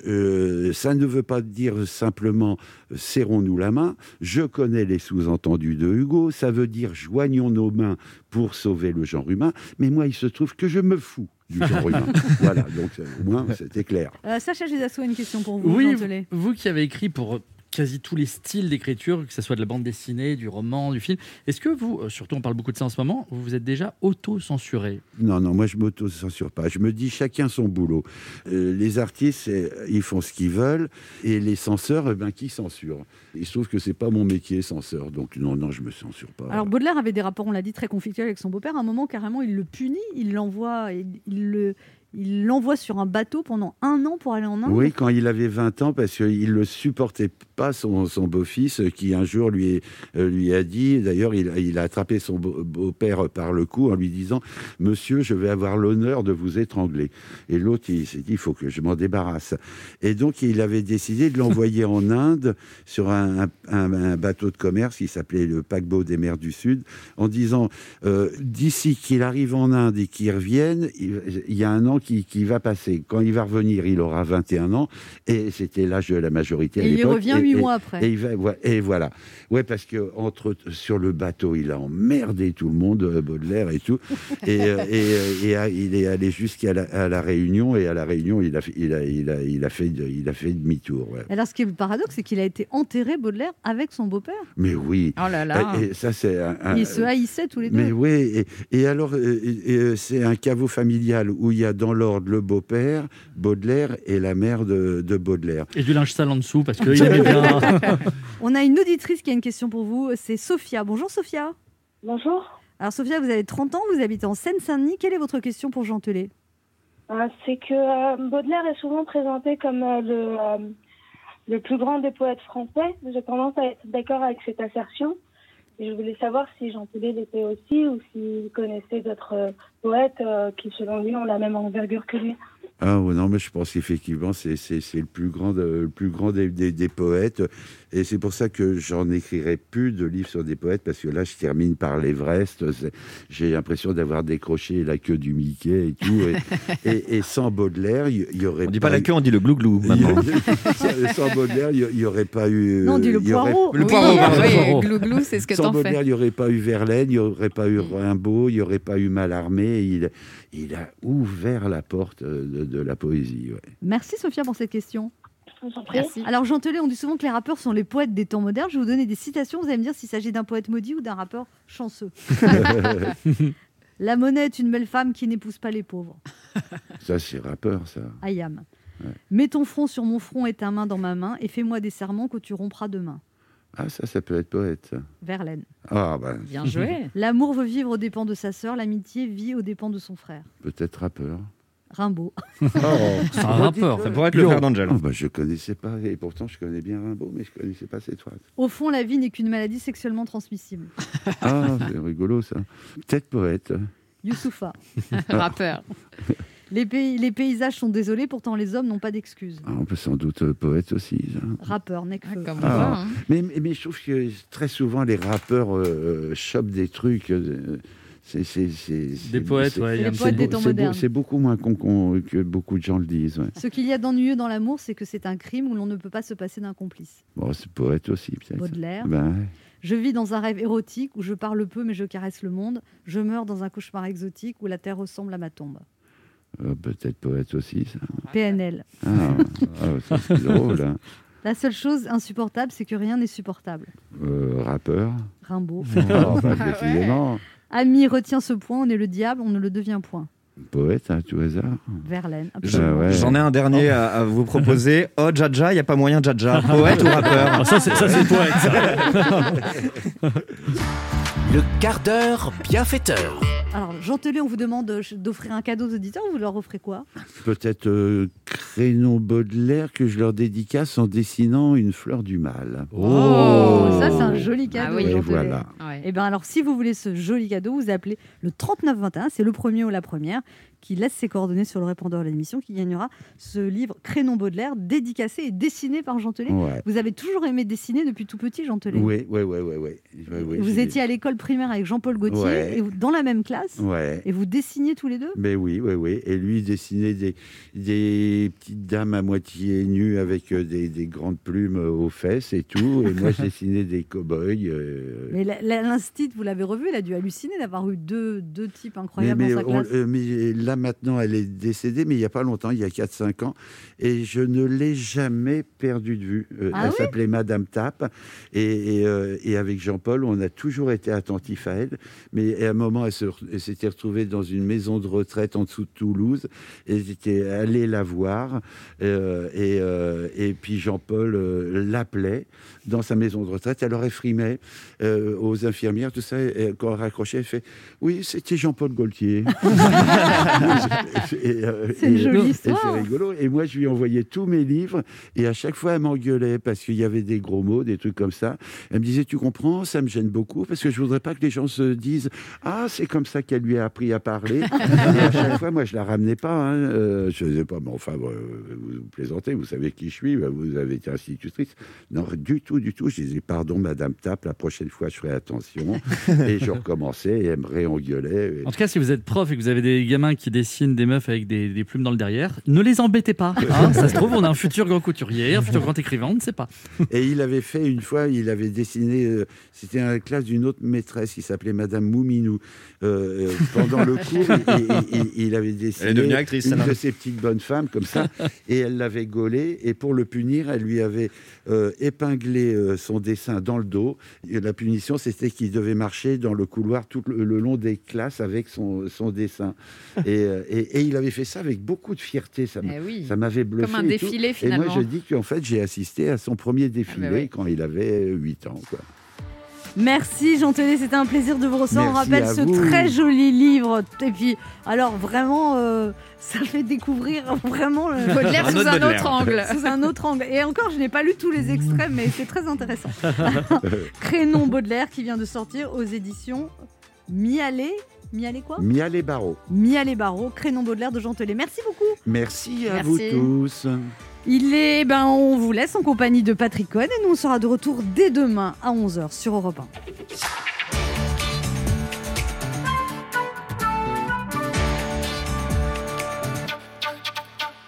Speaker 11: Euh, ça ne veut pas dire simplement euh, serrons-nous la main. Je connais les sous-entendus de Hugo. Ça veut dire joignons nos mains pour sauver le genre humain. Mais moi, il se trouve que je me fous du genre humain. voilà, donc euh, au moins c'était clair.
Speaker 3: Euh, Sacha Judasco, une question pour vous,
Speaker 8: Oui,
Speaker 3: Jean Telet.
Speaker 8: vous qui avez écrit pour euh, quasi tous les styles d'écriture, que ce soit de la bande dessinée, du roman, du film, est-ce que vous, euh, surtout on parle beaucoup de ça en ce moment, vous vous êtes déjà auto-censuré
Speaker 11: Non, non, moi je m'auto-censure pas. Je me dis chacun son boulot. Euh, les artistes, euh, ils font ce qu'ils veulent et les censeurs, eh ben, qui censurent Il se trouve que c'est pas mon métier, censeur. Donc non, non, je me censure pas.
Speaker 3: Alors Baudelaire avait des rapports, on l'a dit, très conflictuels avec son beau-père. À un moment, carrément, il le punit, il l'envoie, il, il le- il l'envoie sur un bateau pendant un an pour aller en Inde.
Speaker 11: Oui, quand il avait 20 ans, parce qu'il ne supportait pas son, son beau-fils, euh, qui un jour lui, euh, lui a dit, d'ailleurs, il, a- il a attrapé son beau- beau-père par le cou en lui disant Monsieur, je vais avoir l'honneur de vous étrangler. Et l'autre, il s'est dit Il faut que je m'en débarrasse. Et donc, il avait décidé de l'envoyer en Inde sur un, un- un bateau de commerce qui s'appelait le paquebot des mers du Sud, en disant euh, D'ici qu'il arrive en Inde et qu'il revienne, il il y a un an qui, qui va passer. Quand il va revenir, il aura 21 ans, et c'était l'âge de la majorité. à
Speaker 3: Et il y
Speaker 11: l'époque,
Speaker 3: revient
Speaker 11: et-
Speaker 3: huit
Speaker 11: et-
Speaker 3: mois après.
Speaker 11: Et, il va, ouais, et voilà. Ouais, parce que entre, sur le bateau, il a emmerdé tout le monde, euh, Baudelaire et tout. Et, euh, et, euh, et, euh, il est allé jusqu'à la, à la Réunion, et à la Réunion, il a, fait- il a, il a, il a fait, de- il a fait demi-tour. ouais.
Speaker 3: Alors, ce qui est le paradoxe, c'est qu'il a été enterré, Baudelaire, avec son beau-père.
Speaker 11: Mais oui.
Speaker 3: Oh là là.
Speaker 11: Et, et ça, c'est un- un-
Speaker 3: Ils se haïssaient tous les deux.
Speaker 11: Ah, euh, Mais oui, et, et alors, euh, et- et, euh, c'est un caveau familial où il y a dans l'ordre le beau-père, Baudelaire et la mère de, de Baudelaire.
Speaker 8: Et du linge sale en dessous, parce qu'il aimait bien.
Speaker 3: On a une auditrice qui a une question pour vous. C'est Sophia. Bonjour, Sophia.
Speaker 13: Bonjour.
Speaker 3: Alors, Sophia, vous avez 30 ans, vous habitez en Seine-Saint-Denis. Quelle est votre question pour Jean Telet
Speaker 13: Euh, C'est que euh, Baudelaire est souvent présenté comme euh, le, euh, le plus grand des poètes français. J'ai tendance à être d'accord avec cette assertion. Et je voulais savoir si Jean Poulet l'était aussi ou s'il connaissait d'autres euh, poètes euh, qui, selon lui, ont la même envergure que lui.
Speaker 11: Ah ouais, non, mais je pense qu'effectivement, c'est c'est- c'est le plus grand, de- le plus grand des, des- des poètes. Et c'est pour ça que j'en écrirai plus de livres sur des poètes, parce que là, je termine par l'Everest. C'est- J'ai l'impression d'avoir décroché la queue du Mickey et tout. Et, et- et sans Baudelaire, il y- il y aurait
Speaker 4: On dit pas la
Speaker 11: eu-
Speaker 4: queue, on dit le glouglou maintenant.
Speaker 11: sans, sans Baudelaire, il n'y aurait pas eu.
Speaker 6: Non, on dit le
Speaker 11: Euh, il y aurait-
Speaker 6: poireau. Le Oui, poireau, pardon, oui, le poireau. glouglou, c'est ce que
Speaker 11: Sans
Speaker 6: t'en fais.
Speaker 11: Baudelaire, il n'y aurait pas eu Verlaine, il n'y aurait pas eu Rimbaud, il n'y aurait pas eu Mallarmé. Il, il a ouvert la porte euh, de, de la poésie. ouais.
Speaker 3: Merci, Sophia, pour cette question.
Speaker 13: prie. Merci.
Speaker 3: Alors, Jean Telet, on dit souvent que les rappeurs sont les poètes des temps modernes. Je vais vous donner des citations. Vous allez me dire s'il s'agit d'un poète maudit ou d'un rappeur chanceux. La monnaie est une belle femme qui n'épouse pas les pauvres.
Speaker 11: ça, c'est rappeur, ça.
Speaker 3: Ayam.
Speaker 11: Ouais.
Speaker 3: Mets ton front sur mon front et ta main dans ma main et fais-moi des serments que tu rompras demain.
Speaker 11: Ah, ça, ça peut être poète. ça.
Speaker 3: Verlaine.
Speaker 11: Ah, ben.
Speaker 3: L'amour veut vivre aux dépens de sa sœur, l'amitié vit aux dépens de son frère.
Speaker 11: Peut-être rappeur. Ah,
Speaker 3: Rimbaud.
Speaker 6: Oh,
Speaker 11: C'est
Speaker 4: un rappeur. Ça pourrait être le frère d'Angèle.
Speaker 11: Ah, ben, je connaissais pas, et pourtant je connais bien Rimbaud, mais je connaissais pas cette phrase.
Speaker 3: Au fond, la vie n'est qu'une maladie sexuellement transmissible.
Speaker 11: Ah, c'est rigolo ça. Peut-être poète.
Speaker 3: Youssoufa. Les, pays- les paysages sont désolés, pourtant les hommes n'ont pas d'excuses.
Speaker 11: Ah, on peut sans doute euh, poète aussi. ça.
Speaker 3: Rappeur, Necfeu.
Speaker 11: Ah,
Speaker 3: hein.
Speaker 11: mais, mais- mais je trouve que très souvent les rappeurs euh, chopent des trucs. euh, c'est, c'est- c'est- c'est-
Speaker 8: poètes,
Speaker 11: c'est-
Speaker 8: ouais, il y a
Speaker 11: c'est beau-
Speaker 8: un petit peu-
Speaker 3: des temps
Speaker 11: c'est beau-
Speaker 3: modernes.
Speaker 11: C'est beaucoup moins con, con- que beaucoup de gens le disent. ouais.
Speaker 3: Ce qu'il y a d'ennuyeux dans l'amour, c'est que c'est un crime où l'on ne peut pas se passer d'un complice.
Speaker 11: Bon, c'est poète aussi, peut-être.
Speaker 3: Baudelaire.
Speaker 11: Ben, ouais.
Speaker 3: Je vis dans un rêve érotique où je parle peu mais je caresse le monde. Je meurs dans un cauchemar exotique où la terre ressemble à ma tombe.
Speaker 11: Euh, peut-être poète aussi, ça.
Speaker 3: PNL.
Speaker 11: Ah, ah, ça, c'est drôle. hein.
Speaker 3: La seule chose insupportable, c'est que rien n'est supportable.
Speaker 11: Euh, rappeur.
Speaker 3: Rimbaud.
Speaker 11: Ah, bah, décidément.
Speaker 3: Ami, retiens ce point, on est le diable, on ne le devient point.
Speaker 11: Poète, hein, à tout hasard.
Speaker 3: Verlaine.
Speaker 4: Je-
Speaker 11: Ah ouais.
Speaker 4: J'en ai un dernier
Speaker 3: Oh.
Speaker 4: à, à vous proposer. Oh, Jaja, il n'y a pas moyen, Jaja. Poète ou rappeur
Speaker 8: Ah, Ça, c'est- ça, c'est poète,
Speaker 2: Le quart d'heure bienfaiteur.
Speaker 3: Alors, Jean Telet, on vous demande euh, d'offrir un cadeau aux auditeurs, vous leur offrez quoi
Speaker 11: Oh. Peut-être euh, Crénon Baudelaire que je leur dédicace en dessinant une fleur du mal.
Speaker 3: Oh, Ça, c'est un joli cadeau.
Speaker 11: Et
Speaker 3: Jean Telet.
Speaker 11: voilà.
Speaker 3: Et bien alors, si vous voulez ce joli cadeau, vous appelez le 3921, c'est le premier ou la première qui laisse ses coordonnées sur le répondeur de l'émission, qui gagnera ce livre Crénon Baudelaire, dédicacé et dessiné par Jean Telet.
Speaker 11: Ouais.
Speaker 3: Vous avez toujours aimé dessiner depuis tout petit, Jean Telet
Speaker 11: Oui, oui, oui, oui. Ouais, ouais, ouais,
Speaker 3: Vous
Speaker 11: j'ai-
Speaker 3: étiez à l'école primaire avec Jean-Paul Gaultier,
Speaker 11: Ouais.
Speaker 3: et vous- dans la même classe,
Speaker 11: Ouais.
Speaker 3: et vous dessiniez tous les deux
Speaker 11: Mais oui, oui, oui. Et lui, il dessinait des, des petites dames à moitié nues avec euh, des, des grandes plumes euh, aux fesses et tout. Et moi, je dessinais des cow-boys. euh,
Speaker 3: Mais la- la- l'instit, vous l'avez revu, elle a dû halluciner d'avoir eu deux, deux types
Speaker 11: Mais,
Speaker 3: incroyables
Speaker 11: mais
Speaker 3: dans sa
Speaker 11: on-
Speaker 3: classe.
Speaker 11: euh, mais là maintenant, elle est décédée, mais il n'y a pas longtemps, il y a 4-5 ans, et je ne l'ai jamais perdue de vue. Euh,
Speaker 3: Ah
Speaker 11: elle
Speaker 3: oui
Speaker 11: s'appelait Madame Tape, et, et, euh, et avec Jean-Paul, on a toujours été attentifs à elle, mais à un moment, elle se re- elle s'était retrouvée dans une maison de retraite en dessous de Toulouse, et j'étais allé la voir, euh, et, euh, et puis Jean-Paul euh, l'appelait dans sa maison de retraite, elle leur effrimait euh, aux infirmières, tout ça, et quand elle raccrochait, elle fait « Oui, c'était Jean-Paul Gaultier ». Et, euh,
Speaker 3: C'est une
Speaker 11: et-
Speaker 3: jolie
Speaker 11: et
Speaker 3: histoire.
Speaker 11: c'est rigolo. Et moi, je lui envoyais tous mes livres. Et à chaque fois, elle m'engueulait parce qu'il y avait des gros mots, des trucs comme ça. Elle me disait Tu comprends, ça me gêne beaucoup parce que je voudrais pas que les gens se disent Ah, c'est comme ça qu'elle lui a appris à parler. et à chaque fois, moi, je la ramenais pas. hein. Euh, je disais pas, mais enfin, bon, euh, vous, vous plaisantez, vous savez qui je suis, bah, vous avez été institutrice. Non, du tout, du tout. Je disais Pardon, Madame Tape, la prochaine fois, je ferai attention. et je recommençais et elle me réengueulait. Et-
Speaker 8: En tout cas, si vous êtes prof et que vous avez des gamins qui qui dessine des meufs avec des, des plumes dans le derrière. Ne les embêtez pas. hein. ça se trouve, on a un futur grand couturier, un futur grand écrivain, on ne sait pas.
Speaker 11: Et il avait fait une fois, il avait dessiné, euh, c'était à la classe d'une autre maîtresse qui s'appelait Madame Mouminou. Euh, euh, pendant le cours, il, il- il- il avait dessiné
Speaker 7: Elle est devenue actrice,
Speaker 11: une
Speaker 7: celle-là.
Speaker 11: de ses petites bonnes femmes comme ça, et elle l'avait gaulé. Et pour le punir, elle lui avait euh, épinglé euh, son dessin dans le dos. Et la punition, c'était qu'il devait marcher dans le couloir tout le, le long des classes avec son, son dessin. Et, euh, et- et il avait fait ça avec beaucoup de fierté. Ça m'a-
Speaker 6: Eh oui.
Speaker 11: ça m'avait bluffé.
Speaker 6: Comme un
Speaker 11: et tout.
Speaker 6: défilé,
Speaker 11: Et
Speaker 6: finalement. Ah ben
Speaker 11: moi, je dis qu'en fait, j'ai assisté à son premier défilé
Speaker 3: oui.
Speaker 11: quand il avait 8 ans. quoi.
Speaker 3: Merci Jean Tellet, c'était un plaisir de vous recevoir.
Speaker 11: Merci
Speaker 3: on rappelle
Speaker 11: à
Speaker 3: ce
Speaker 11: vous.
Speaker 3: très joli livre. Et puis, alors vraiment, euh, ça fait découvrir vraiment le
Speaker 6: Baudelaire Un sous autre un autre Baudelaire. angle.
Speaker 3: Sous un autre angle. Et encore, je n'ai pas lu tous les extraits, mais c'est très intéressant.
Speaker 11: Euh,
Speaker 3: Crénon Baudelaire qui vient de sortir aux éditions Mialet. Mialet quoi
Speaker 11: Mia les barreaux.
Speaker 3: Mialet Barreau, Crénon Baudelaire de Jean Tellet. Merci beaucoup.
Speaker 11: Merci à
Speaker 3: Merci.
Speaker 11: vous tous.
Speaker 3: Il est, ben, on vous laisse en compagnie de Patrick Cohen et nous on sera de retour dès demain à 11h sur Europe 1.